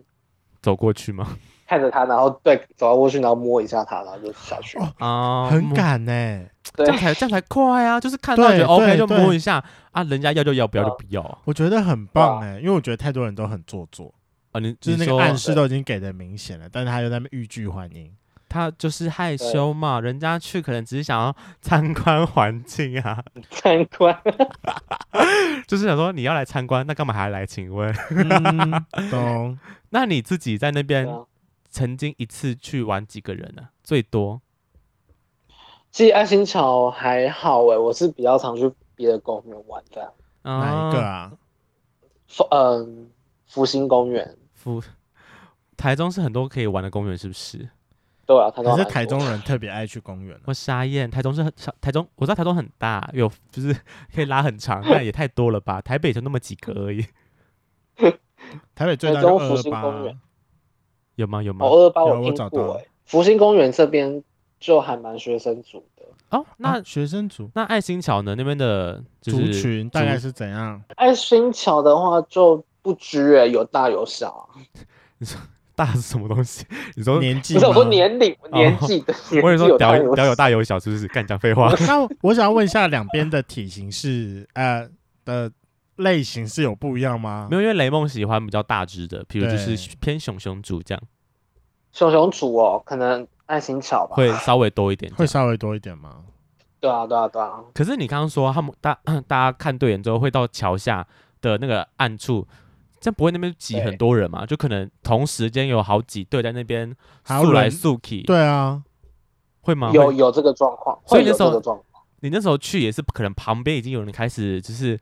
Speaker 2: 走过去吗？
Speaker 3: 看着他，然后对走到过去，然后摸一下他，然后就下去。
Speaker 1: 哦
Speaker 2: 啊，
Speaker 1: 很欸
Speaker 2: 感，
Speaker 1: 敢呢。
Speaker 2: 这
Speaker 3: 对
Speaker 2: 样才这样才快啊！就是看到
Speaker 1: 对
Speaker 2: 觉得 OK
Speaker 1: 对
Speaker 2: 就
Speaker 1: 对
Speaker 2: 摸一下啊，人家要就要，不要
Speaker 3: 哦
Speaker 2: 就不要啊。
Speaker 1: 我觉得很棒哎，因为我觉得太多人都很做作，
Speaker 2: 哦你
Speaker 1: 就是
Speaker 2: 你
Speaker 1: 那个
Speaker 2: 说
Speaker 1: 暗示都已经给的明显了，但是他又在那边欲拒还迎。
Speaker 2: 他就是害羞嘛，人家去可能只是想要参观环境啊，
Speaker 3: 参观，
Speaker 2: 就是想说你要来参观，那干嘛还来？请问，
Speaker 1: 嗯， 懂。
Speaker 2: 那你自己在那边
Speaker 3: 对
Speaker 1: 嗯
Speaker 3: 啊
Speaker 2: 曾经一次去玩几个人呢、最多
Speaker 3: 其实爱心桥还好哎、我是比较常去别的公园玩这样。
Speaker 1: 哪一个
Speaker 2: 啊？
Speaker 1: 啊？
Speaker 3: 福嗯，福星公园，
Speaker 2: 福台中是很多可以玩的公园，是不是？
Speaker 3: 对啊，台中
Speaker 1: 可
Speaker 3: 还
Speaker 1: 是
Speaker 3: 蛮
Speaker 1: 台
Speaker 3: 多
Speaker 1: 中人特别爱去公园啊
Speaker 2: 我傻眼，台中是很台中，我知道台中很大，有就是 可以拉很长，但也太多了吧？台北就那么几个而已，
Speaker 1: 台北最大
Speaker 3: 台
Speaker 1: 就
Speaker 3: 中
Speaker 1: 二
Speaker 3: 福
Speaker 1: 二
Speaker 3: 星公
Speaker 1: 八啊
Speaker 3: 园，
Speaker 2: 有吗？有吗？
Speaker 3: 哦，二二八
Speaker 1: 有
Speaker 3: 我
Speaker 1: 我
Speaker 3: 听
Speaker 1: 找到
Speaker 3: 过哎、福星公园这边就还蛮学生组的。
Speaker 2: 哦，那、
Speaker 1: 啊学生族
Speaker 2: 那爱心桥呢？那边的就是
Speaker 1: 族群大概是怎样？
Speaker 3: 爱心桥的话就不拘哎、有大有小啊、
Speaker 2: 大是什么东西？ 你说
Speaker 1: 年纪
Speaker 3: 不是我说
Speaker 1: 吗。
Speaker 3: 年龄年纪的，年
Speaker 2: 哦 我跟你
Speaker 3: 纪
Speaker 2: 说
Speaker 3: 有
Speaker 2: 屌
Speaker 3: 大
Speaker 2: 有
Speaker 3: 有
Speaker 2: 屌有
Speaker 3: 小。
Speaker 2: 大有小，是不是？干讲废话
Speaker 1: 那我我想要问一下，两边的体型是呃的类型是有不一样吗？
Speaker 2: 没有，因为雷梦喜欢比较大只的，比如就是
Speaker 1: 对
Speaker 2: 偏熊熊族这样，
Speaker 3: 熊熊组哦，可能爱心桥吧。
Speaker 2: 会稍微多一点这
Speaker 1: 会
Speaker 2: 样。
Speaker 1: 稍微多一点吗？
Speaker 3: 对啊，对啊，对啊。
Speaker 2: 可是你刚刚说他们大 大家看对眼之后，会到桥下的那个暗处，这样不会那边挤
Speaker 3: 对
Speaker 2: 很多人嘛？就可能同时间有好几队在那边
Speaker 1: 还要
Speaker 2: 速来
Speaker 1: 轮
Speaker 2: 速去，
Speaker 1: 对啊，
Speaker 2: 会吗？
Speaker 3: 有
Speaker 2: 会。
Speaker 3: 有这个状况，
Speaker 2: 所以
Speaker 3: 会
Speaker 2: 那
Speaker 3: 有
Speaker 2: 时
Speaker 3: 这
Speaker 2: 候
Speaker 3: 个状况。
Speaker 2: 你那时候去也是可能旁边已经有人开始就是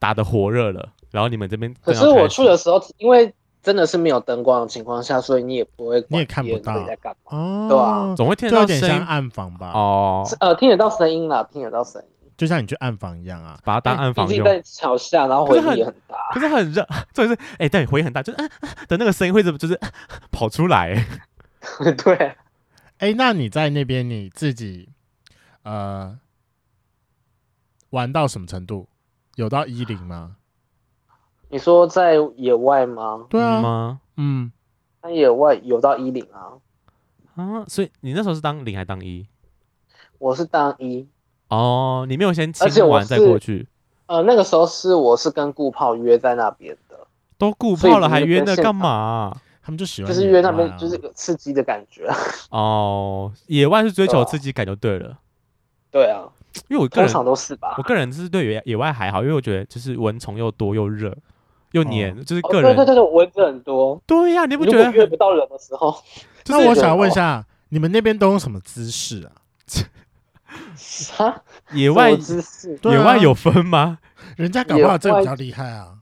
Speaker 2: 打的火热了，然后你们这边
Speaker 3: 可
Speaker 2: 正要
Speaker 3: 是我
Speaker 2: 开
Speaker 3: 去
Speaker 2: 始
Speaker 3: 的时候，因为真的是没有灯光的情况下，所以你也不会管
Speaker 1: 你也看不到
Speaker 3: 别人在干嘛。
Speaker 1: 哦，
Speaker 3: 对啊
Speaker 2: 总会听
Speaker 1: 就
Speaker 2: 得
Speaker 1: 有
Speaker 2: 到
Speaker 1: 点
Speaker 2: 声
Speaker 1: 像
Speaker 2: 音
Speaker 1: 暗房吧，
Speaker 2: 哦，
Speaker 3: 是呃，听得到声音啦，听得到声音。
Speaker 1: 就像你去暗房一样啊。
Speaker 2: 把它当暗
Speaker 3: 毕
Speaker 2: 房
Speaker 3: 竟
Speaker 2: 用。
Speaker 3: 在桥下，然后回力也很大。
Speaker 2: 可是很热，重点是哎、对，回音很大，就是、啊啊的那个声音会怎么就是、啊跑出来、哎
Speaker 3: 对，
Speaker 1: 哎，那你在那边你自己呃玩到什么程度？有到一零吗？
Speaker 3: 你说在野外吗？
Speaker 1: 对啊，
Speaker 2: 吗？
Speaker 1: 嗯，
Speaker 3: 在野外有到一零啊，
Speaker 2: 啊，所以你那时候是当零还当一？
Speaker 3: 我是当一。
Speaker 2: 哦，你没有先
Speaker 3: 而且
Speaker 2: 清
Speaker 3: 我
Speaker 2: 完再
Speaker 3: 是
Speaker 2: 过去，
Speaker 3: 呃，那个时候是我是跟顾炮约在那边的，
Speaker 2: 都顾
Speaker 3: 所以
Speaker 2: 泡了
Speaker 3: 你
Speaker 2: 还
Speaker 3: 就
Speaker 2: 约
Speaker 3: 跟
Speaker 2: 那
Speaker 3: 现
Speaker 2: 干
Speaker 3: 场
Speaker 2: 嘛啊、
Speaker 1: 他们就喜欢
Speaker 3: 就是
Speaker 1: 野
Speaker 3: 约那
Speaker 1: 外
Speaker 3: 边
Speaker 1: 啊
Speaker 3: 就是有刺激的感觉。啊
Speaker 2: 哦，野外是追求
Speaker 3: 对啊
Speaker 2: 刺激感就对了，
Speaker 3: 对啊，
Speaker 2: 因为我个
Speaker 3: 通
Speaker 2: 人
Speaker 3: 常都是吧
Speaker 2: 我。个人是对野野外还好，因为我觉得就是蚊虫又多又热又黏，就是
Speaker 3: 哦
Speaker 2: 个
Speaker 3: 对
Speaker 2: 人、
Speaker 3: 对对对，蚊子很多。
Speaker 2: 对呀、你不
Speaker 3: 如
Speaker 2: 觉
Speaker 3: 果
Speaker 2: 得
Speaker 3: 约
Speaker 2: 很
Speaker 3: 不到人的时候，
Speaker 2: 就
Speaker 1: 那我
Speaker 2: 是
Speaker 1: 想问一下，你们那边都用什么姿势啊？
Speaker 3: 啊，
Speaker 2: 野
Speaker 3: 野
Speaker 2: 外
Speaker 3: 姿势
Speaker 1: 对
Speaker 2: 野
Speaker 1: 啊
Speaker 2: 外有分吗？
Speaker 1: 人家搞不好这个比较厉害啊。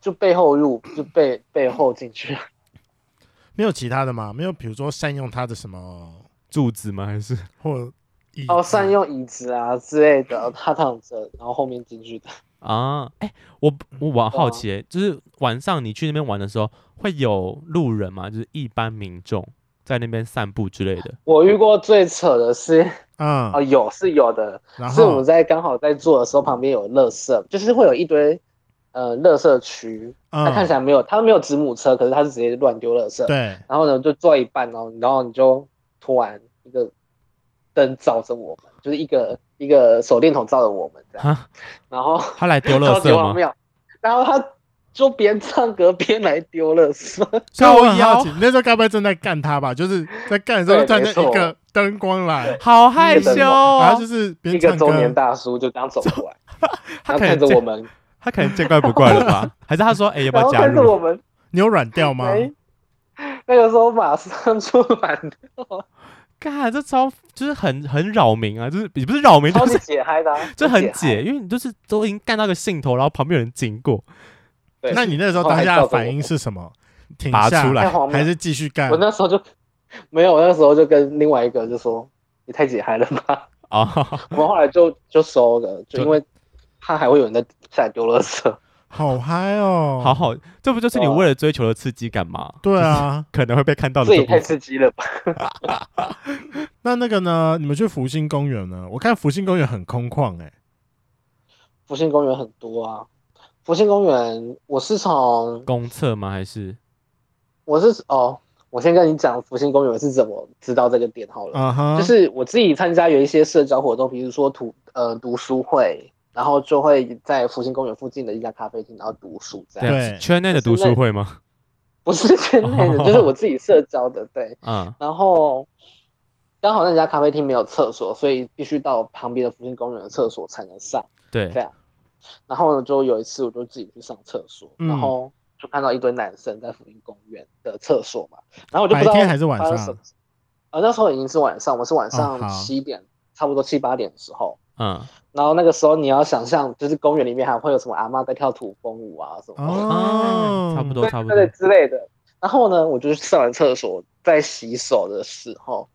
Speaker 3: 就背后入，就背背后进去。
Speaker 2: 嗯
Speaker 1: 没有其他的吗？没有，比如说善用他的什么
Speaker 2: 柱子吗？还是
Speaker 1: 或椅
Speaker 3: 哦，
Speaker 1: 子
Speaker 3: 善用椅子啊之类的，他躺着，然后后面进去的。
Speaker 2: 啊，哎、我我我好
Speaker 3: 啊
Speaker 2: 奇、欸，就是晚上你去那边玩的时候，会有路人吗？就是一般民众在那边散步之类的。
Speaker 3: 我遇过最扯的是，
Speaker 1: 嗯
Speaker 3: 哦，，有是有的，
Speaker 1: 然
Speaker 3: 是我
Speaker 1: 后
Speaker 3: 们在刚好在做的时候，旁边有垃圾，就是会有一堆呃垃圾区，它看起
Speaker 1: 嗯，
Speaker 3: 来没有，它没有子母车，可是它是直接乱丢垃圾。
Speaker 1: 对，
Speaker 3: 然后呢，就做到一半哦，然后你就突然一个灯照着我们，就是一个一个手电筒照着我们这样，
Speaker 2: 哈，
Speaker 3: 然后
Speaker 2: 他来丢垃
Speaker 3: 超级
Speaker 2: 圾
Speaker 3: 荒
Speaker 2: 吗？
Speaker 3: 谬，然后他就边唱歌边来丢垃圾。
Speaker 1: 所以我很
Speaker 2: 高
Speaker 1: 好奇，你那时候该不会正在干他吧？就是在干的时候，
Speaker 3: 对
Speaker 1: 突然间
Speaker 3: 没错
Speaker 1: 一个灯光来，
Speaker 2: 好害羞、
Speaker 1: 然后
Speaker 2: 哦
Speaker 1: 就，是边
Speaker 3: 一个
Speaker 1: 唱
Speaker 3: 中年
Speaker 1: 歌，
Speaker 3: 大叔就这样走过来，
Speaker 2: 他
Speaker 3: 然后
Speaker 2: 可
Speaker 3: 看
Speaker 2: 能
Speaker 3: 着
Speaker 2: 见
Speaker 3: 我们，
Speaker 2: 他可能见怪不怪了 吧？还是他说，哎、要不
Speaker 3: 然
Speaker 2: 要
Speaker 3: 后
Speaker 2: 加
Speaker 3: 看着
Speaker 2: 入？
Speaker 3: 我们，
Speaker 1: 你有软掉吗？
Speaker 3: 没，那个时候马上就完了，
Speaker 2: 干，这超就是很很扰民啊，就是也不是扰民，
Speaker 3: 超
Speaker 2: 就
Speaker 3: 级
Speaker 2: 是
Speaker 3: 解嗨的、啊，
Speaker 2: 就很
Speaker 3: 解
Speaker 2: 解，因为你就是都已经干到个兴头，然后旁边有人经过，
Speaker 3: 嗨。对
Speaker 1: 那你那时候当
Speaker 3: 哦
Speaker 1: 下的反应是什么？停
Speaker 2: 拔
Speaker 1: 下
Speaker 2: 出来
Speaker 3: 太荒谬
Speaker 1: 还是继续干
Speaker 3: 我？那时候就没有，我那时候就跟另外一个就说：“你太解嗨了吧
Speaker 2: 哦，！”
Speaker 3: 我们后来就就收了，就
Speaker 2: 就
Speaker 3: 因为他还会有人在下来丢垃圾。
Speaker 1: 好嗨哦！
Speaker 2: 好，好，这不就是你
Speaker 3: 对啊
Speaker 2: 为了追求的刺激感吗？
Speaker 1: 对 啊。
Speaker 2: 可能会被看到的
Speaker 3: 这
Speaker 2: 这
Speaker 3: 也
Speaker 2: 部分
Speaker 3: 太刺激了吧！
Speaker 1: 那那个呢？你们去福星公园呢？我看福星公园很空旷，哎，
Speaker 3: 福星公园很多啊，福星公园我是从
Speaker 2: 公厕吗？还是
Speaker 3: 我是哦，我先跟你讲福星公园是怎么知道这个点好了。
Speaker 1: 嗯哼，
Speaker 3: 就是我自己参加有一些社交活动，比如说图呃读书会，然后就会在福星公园附近的一家咖啡厅，然后读书这
Speaker 2: 啊
Speaker 3: 样。
Speaker 1: 对
Speaker 2: 圈内的读书会吗？
Speaker 3: 不是圈内的，就是我自己社交的，对。
Speaker 2: 嗯，
Speaker 3: 然后刚好那家咖啡厅没有厕所，所以必须到旁边的福星公园的厕所才能上。
Speaker 2: 对
Speaker 3: 这，样。然后呢，就有一次我就自己去上厕所，
Speaker 1: 嗯
Speaker 3: 然后就看到一堆男生在福音公园的厕所嘛，然后我就不
Speaker 1: 白
Speaker 3: 知道
Speaker 1: 天还是晚
Speaker 3: 发生什
Speaker 1: 上
Speaker 3: 么？事。呃，那时候已经是晚上，我是晚
Speaker 1: 哦好
Speaker 3: 上七点，差不多七八点的时候。
Speaker 2: 嗯，
Speaker 3: 然后那个时候你要想象，就是公园里面还会有什么阿嬷在跳土风舞啊什么的，
Speaker 1: 哦，
Speaker 2: 啊差不多，
Speaker 3: 对
Speaker 2: 差不
Speaker 3: 对
Speaker 2: 多
Speaker 3: 对，之类的。然后呢，我就是上完厕所，在洗手的时候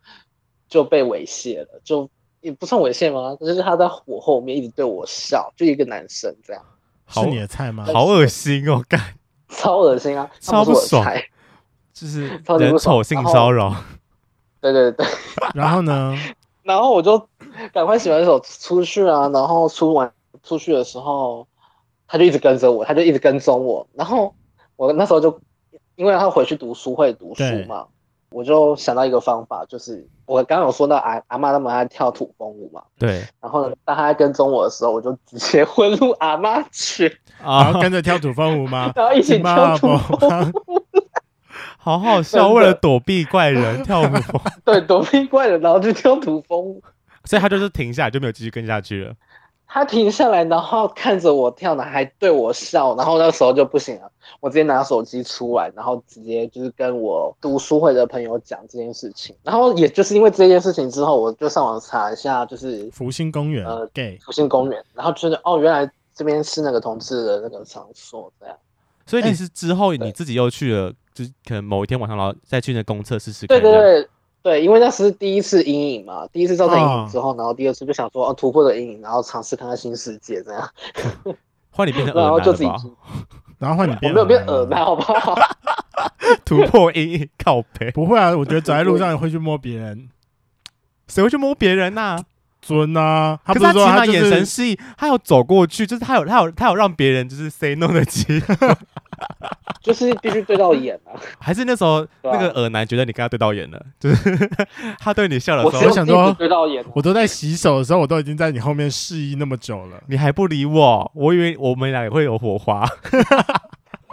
Speaker 3: 就被猥亵了，就也不算猥亵吗？就是他在我后面一直对我笑，就一个男生这样。
Speaker 1: 是你的菜吗？
Speaker 2: 好恶心哦，干，
Speaker 3: 超恶心啊，
Speaker 2: 超不
Speaker 3: 不
Speaker 2: 爽
Speaker 3: 菜。
Speaker 2: 就是
Speaker 3: 超级
Speaker 2: 人
Speaker 3: 不爽
Speaker 2: 丑性
Speaker 3: 然后
Speaker 2: 骚扰，
Speaker 3: 对对对，
Speaker 1: 然后呢？
Speaker 3: 然后我就赶快洗完手出去啊，然后出完出去的时候，他就一直跟着我，他就一直跟踪我。然后我那时候就因为他回去读书会读书嘛，我就想到一个方法，就是我刚刚有说到阿阿妈他们爱跳土风舞嘛，
Speaker 2: 对
Speaker 3: 然后呢，当他在跟踪我的时候，我就直接混入阿妈 群，
Speaker 1: 然
Speaker 2: 啊
Speaker 1: 后，跟着跳土风舞吗？
Speaker 3: 然 后一起跳土
Speaker 1: 妈
Speaker 3: 风舞。
Speaker 1: 妈
Speaker 2: 好好
Speaker 3: 真
Speaker 2: 笑，
Speaker 3: 的
Speaker 2: 为了躲避怪人跳舞，
Speaker 3: 对，躲避怪人，然后就跳土风舞。
Speaker 2: 所以他就是停下来就没有继续跟下去了。
Speaker 3: 他停下来，然后看着我跳呢，还对我笑，然后那时候就不行了，我直接拿手机出来，然后直接就是跟我读书会的朋友讲这件事情，然后也就是因为这件事情之后，我就上网查一下，就是
Speaker 1: 福星公园
Speaker 3: 呃
Speaker 1: gay，
Speaker 3: 福星公园，然后觉得哦，原来这边是那个同志的那个场所，这样。
Speaker 2: 所以你
Speaker 1: 哎
Speaker 2: 是之后你
Speaker 3: 对
Speaker 2: 自己又去了，就是可能某一天晚上，然后再去那公厕试试看。
Speaker 3: 对对，对对，因为那是第一次阴影嘛，第一次造成
Speaker 2: 嗯
Speaker 3: 阴影之后，然后第二次就想说哦，突破的阴影，然后尝试看看新世界这样，
Speaker 2: 换你变成
Speaker 3: 然后
Speaker 2: 恶
Speaker 3: 就
Speaker 2: 男
Speaker 3: 自己
Speaker 2: 了吧？
Speaker 1: 然后换你
Speaker 3: 我
Speaker 1: 变，
Speaker 3: 没有呃变耳麦，，好不好？
Speaker 2: 突破阴影，靠背，
Speaker 1: 不会啊，我觉得走在路上会去摸别人。
Speaker 2: 谁会去摸别人呐、
Speaker 1: 尊啊，他
Speaker 2: 可
Speaker 1: 不
Speaker 2: 是
Speaker 1: 是
Speaker 2: 起
Speaker 1: 说
Speaker 2: 码
Speaker 1: 就
Speaker 2: 眼神
Speaker 1: 是
Speaker 2: 示意，他有走过去，就是他有他有他有让别人就是 say no 的 机
Speaker 3: 啊
Speaker 2: 会，
Speaker 3: 就是必须对到眼啊。
Speaker 2: 还是那时候
Speaker 3: 对啊
Speaker 2: 那个耳男觉得你跟他对到眼了，就是 他对你笑的
Speaker 3: 我
Speaker 2: 时
Speaker 3: 只
Speaker 1: 我
Speaker 3: 有
Speaker 2: 候，
Speaker 1: 想
Speaker 3: 自己
Speaker 1: 说
Speaker 3: 追到眼啊，
Speaker 1: 我都在洗手的时候，我都已经在你后面示意那么久了。
Speaker 2: 你还不理我，我以为我们俩也会有火花，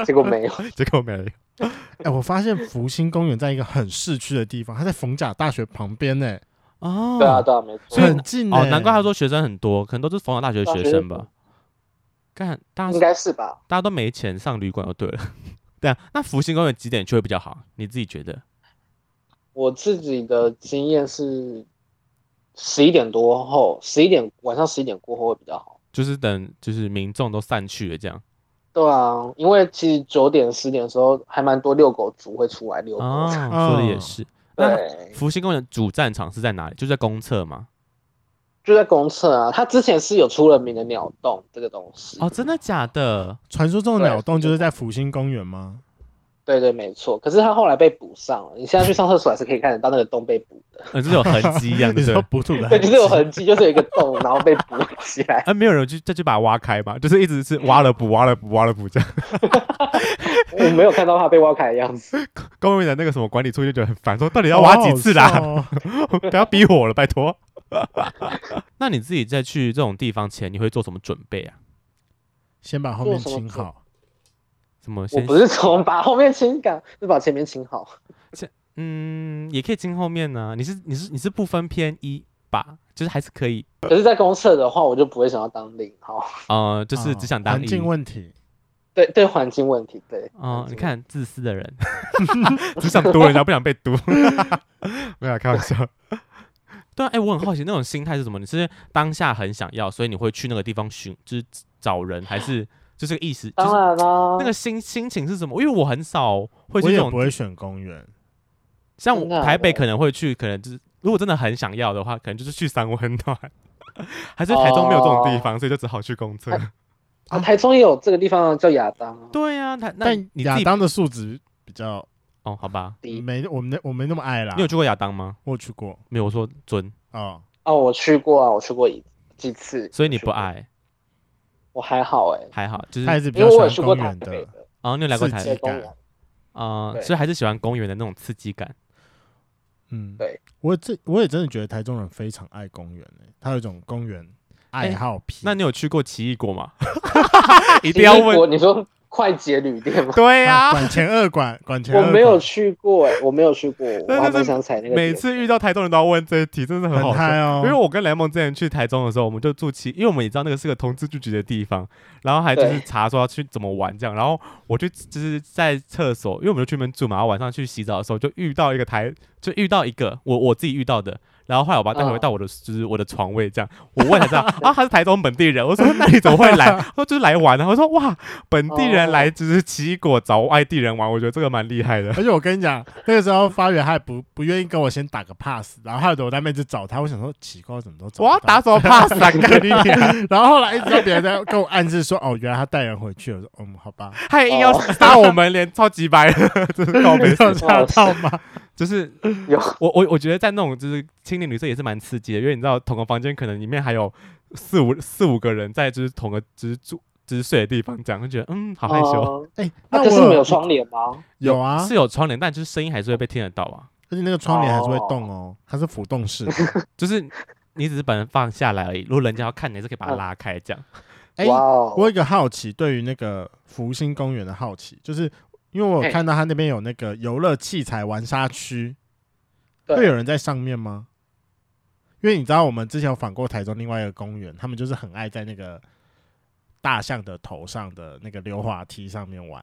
Speaker 3: 结果没有。
Speaker 1: 嗯
Speaker 2: 结果没有。
Speaker 1: 哎、我发现福星公园在一个很市区的地方，它在逢甲大学旁边呢、
Speaker 2: 哦，
Speaker 3: 对啊，对啊，没错。
Speaker 1: 很近、欸、
Speaker 2: 哦，难怪他说学生很多，可能都是逢甲大学的学生吧。干，大
Speaker 3: 应
Speaker 2: 家
Speaker 3: 该是吧？
Speaker 2: 大家都没钱上旅馆就对了。 对啊，那福星公园几点去会比较好？你自己觉得？
Speaker 3: 我自己的经验是，十一点多后，十一点晚上十一点过后会比较好。
Speaker 2: 就是等就是民众都散去了这样
Speaker 3: 对啊，因为其实九点十点的时候还蛮多遛狗族会出来遛狗。
Speaker 2: 哦，
Speaker 1: 嗯
Speaker 2: 说的也是。那
Speaker 3: 对，
Speaker 2: 福星公园主战场是在哪里？就在公厕吗？
Speaker 3: 就在公厕啊，它之前是有出了名的鸟洞这个东西。
Speaker 2: 哦，真的假的？
Speaker 1: 传说中的
Speaker 3: 对
Speaker 1: 鸟洞就是在福星公园吗？
Speaker 3: 对对，没错。可是它后来被补上了，你现在去上厕所还是可以看得到那个洞被补的。
Speaker 2: 呃，就是有痕迹一样，
Speaker 1: 你
Speaker 2: 对不
Speaker 1: 说
Speaker 2: 对？
Speaker 1: 补土的
Speaker 3: 对，
Speaker 1: 痕
Speaker 3: 就
Speaker 1: 迹，
Speaker 3: 是有痕迹，就是有一个洞，然后被补起来。
Speaker 2: 啊，没有人去再去把它挖开吧，就是一直是挖了补，挖了补，挖了补这样。
Speaker 3: 我没有看到它被挖开的样子。
Speaker 2: 公园的那个什么管理处就觉得很烦，说到底要挖几次
Speaker 1: 好好
Speaker 2: 啦？
Speaker 1: 笑哦
Speaker 2: 不要逼我了，拜托。那你自己在去这种地方前，你会做什么准备啊？
Speaker 1: 先把后面
Speaker 3: 做什么
Speaker 1: 清好。
Speaker 2: 什么
Speaker 3: 我
Speaker 2: 先？
Speaker 3: 不是从把后面清干，是把前面清好。
Speaker 2: 嗯，也可以进后面呢、你是你是你是不分偏一吧？就是还是可以，
Speaker 3: 可是，在公厕的话，我就不会想要当零号。
Speaker 2: 呃，就是只想
Speaker 1: 啊
Speaker 2: 当
Speaker 1: 环
Speaker 2: 一。
Speaker 1: 境问题，
Speaker 3: 对对，环境问题，对。
Speaker 2: 哦你
Speaker 3: 环，境问题，
Speaker 2: 看自私的人，只想读人家，不想被读。没有开玩笑。对啊，哎、我很好奇那种心态是什么？你是当下很想要，所以你会去那个地方寻，就是找人，还是就是意思？就是
Speaker 3: 当然啦，
Speaker 2: 那个心心情是什么？因为我很少
Speaker 1: 我
Speaker 2: 会去这
Speaker 1: 也
Speaker 2: 种
Speaker 1: 不会选公园。
Speaker 2: 像
Speaker 3: 真
Speaker 2: 我
Speaker 3: 的啊
Speaker 2: 台北可能会去，可能就是如果真的很想要的话，可能就是去三温暖， 还是台中没有这种地方，所以就只好去公厕。
Speaker 3: 啊，台中也有这个地方叫亚当啊，
Speaker 2: 对呀、啊，台那
Speaker 1: 但
Speaker 2: 你自
Speaker 1: 亚
Speaker 2: 己
Speaker 1: 当的素质比较
Speaker 2: 哦，好吧，
Speaker 3: 低
Speaker 1: 没我们那我没那么爱啦
Speaker 2: 你。有去过亚当吗？
Speaker 1: 我有去过
Speaker 2: 没有，我说尊，
Speaker 1: 哦，
Speaker 3: 哦，我去过啊，我去过一几次，
Speaker 2: 所以你
Speaker 3: 我
Speaker 2: 不
Speaker 3: 去过？
Speaker 2: 爱
Speaker 3: 我还好哎，哎
Speaker 2: 还好，就是
Speaker 1: 他还是比
Speaker 3: 因
Speaker 1: 较
Speaker 3: 为
Speaker 1: 喜
Speaker 3: 我也去
Speaker 1: 欢
Speaker 3: 过
Speaker 1: 公
Speaker 3: 台
Speaker 1: 园
Speaker 3: 北
Speaker 1: 的。
Speaker 3: 的，
Speaker 2: 哦，你有来过台
Speaker 1: 刺激
Speaker 3: 对
Speaker 2: 北
Speaker 3: 公园，
Speaker 2: 啊、
Speaker 3: 对
Speaker 2: 所以还是喜欢公园的那种刺激感。
Speaker 1: 嗯，
Speaker 3: 对，
Speaker 1: 我这我也真的觉得台中人非常爱公园、欸，他有一种公园爱好癖。
Speaker 2: 那你有去过奇异果吗？一
Speaker 3: 一
Speaker 2: 定要问。
Speaker 3: 你说快捷旅 店吗？
Speaker 2: 对
Speaker 1: 啊
Speaker 2: 呀、
Speaker 1: 管前二馆，管 前
Speaker 3: 我
Speaker 1: 二馆
Speaker 3: 没有去过哎、我没有去过，
Speaker 2: 对
Speaker 3: 我还蛮想踩那个
Speaker 2: 每
Speaker 3: 点。
Speaker 2: 次遇到台中人都要问这一题，真的很
Speaker 1: 很
Speaker 2: 好笑。
Speaker 1: 嗨哦，
Speaker 2: 因为我跟雷蒙之前去台中的时候，我们就住奇，因为我们也知道那个是个同志聚集的地方，然后还就是
Speaker 3: 对
Speaker 2: 查说要去怎么玩这样，然后我就就是在厕所，因为我们就去那边住嘛，然后晚上去洗澡的时候就遇到一个台，就遇到一个我我自己遇到的，然后后来我把他带回
Speaker 3: 嗯
Speaker 2: 到我的、就是我的床位这样，我问才 知道啊他是台中本地人，我说嗯那你怎么会 来？他说就是来玩的，我说哇本地人来就是奇异果找外地人玩，我觉得这个蛮厉害的。
Speaker 1: 而且我跟你讲，那个时候发源还不不愿意跟我先打个 pass，然后害得我在那边一直找他，我想说奇怪，我怎么都找
Speaker 2: 我要
Speaker 1: 不到
Speaker 2: 打什么 pass 啊？干你娘
Speaker 1: 然后后来一直到别人在跟我暗示说，哦，原来他带人回去了。我说，嗯，好吧，
Speaker 2: 还硬要
Speaker 3: 哦
Speaker 2: 杀我们脸，超级白的， 真是告
Speaker 1: 没
Speaker 2: 别
Speaker 1: 有
Speaker 2: 式。
Speaker 1: 吓到吗？
Speaker 2: 就是
Speaker 3: 有
Speaker 2: 我我我觉得在那种就是青年旅社也是蛮刺激的，因为你知道同个房间可能里面还有四五四五个人在就是同个就是住就是睡的地方，这样就觉得嗯好害羞。
Speaker 3: 哦
Speaker 1: 哎，
Speaker 3: 那、
Speaker 1: 那
Speaker 3: 可是你
Speaker 1: 我
Speaker 3: 们有窗帘吗？
Speaker 1: 有啊，
Speaker 2: 是有窗帘，但就是声音还是会被听得到啊。
Speaker 1: 而且那个窗帘还是会动哦，它是浮动式的。
Speaker 2: 就是你只是把人放下来而已，如果人家要看你，还是可以把
Speaker 3: 嗯
Speaker 2: 它拉开这样。
Speaker 1: 哎，
Speaker 3: 哇
Speaker 1: 我有
Speaker 3: 哦，
Speaker 1: 一个好奇，对于那个福星公园的好奇，就是因为我有
Speaker 3: 嘿
Speaker 1: 看到他那边有那个游乐器材玩沙区，
Speaker 3: 对
Speaker 1: 会有人在上面吗？因为你知道，我们之前有访过台中另外一个公园，他们就是很爱在那个大象的头上的那个溜滑梯上面玩，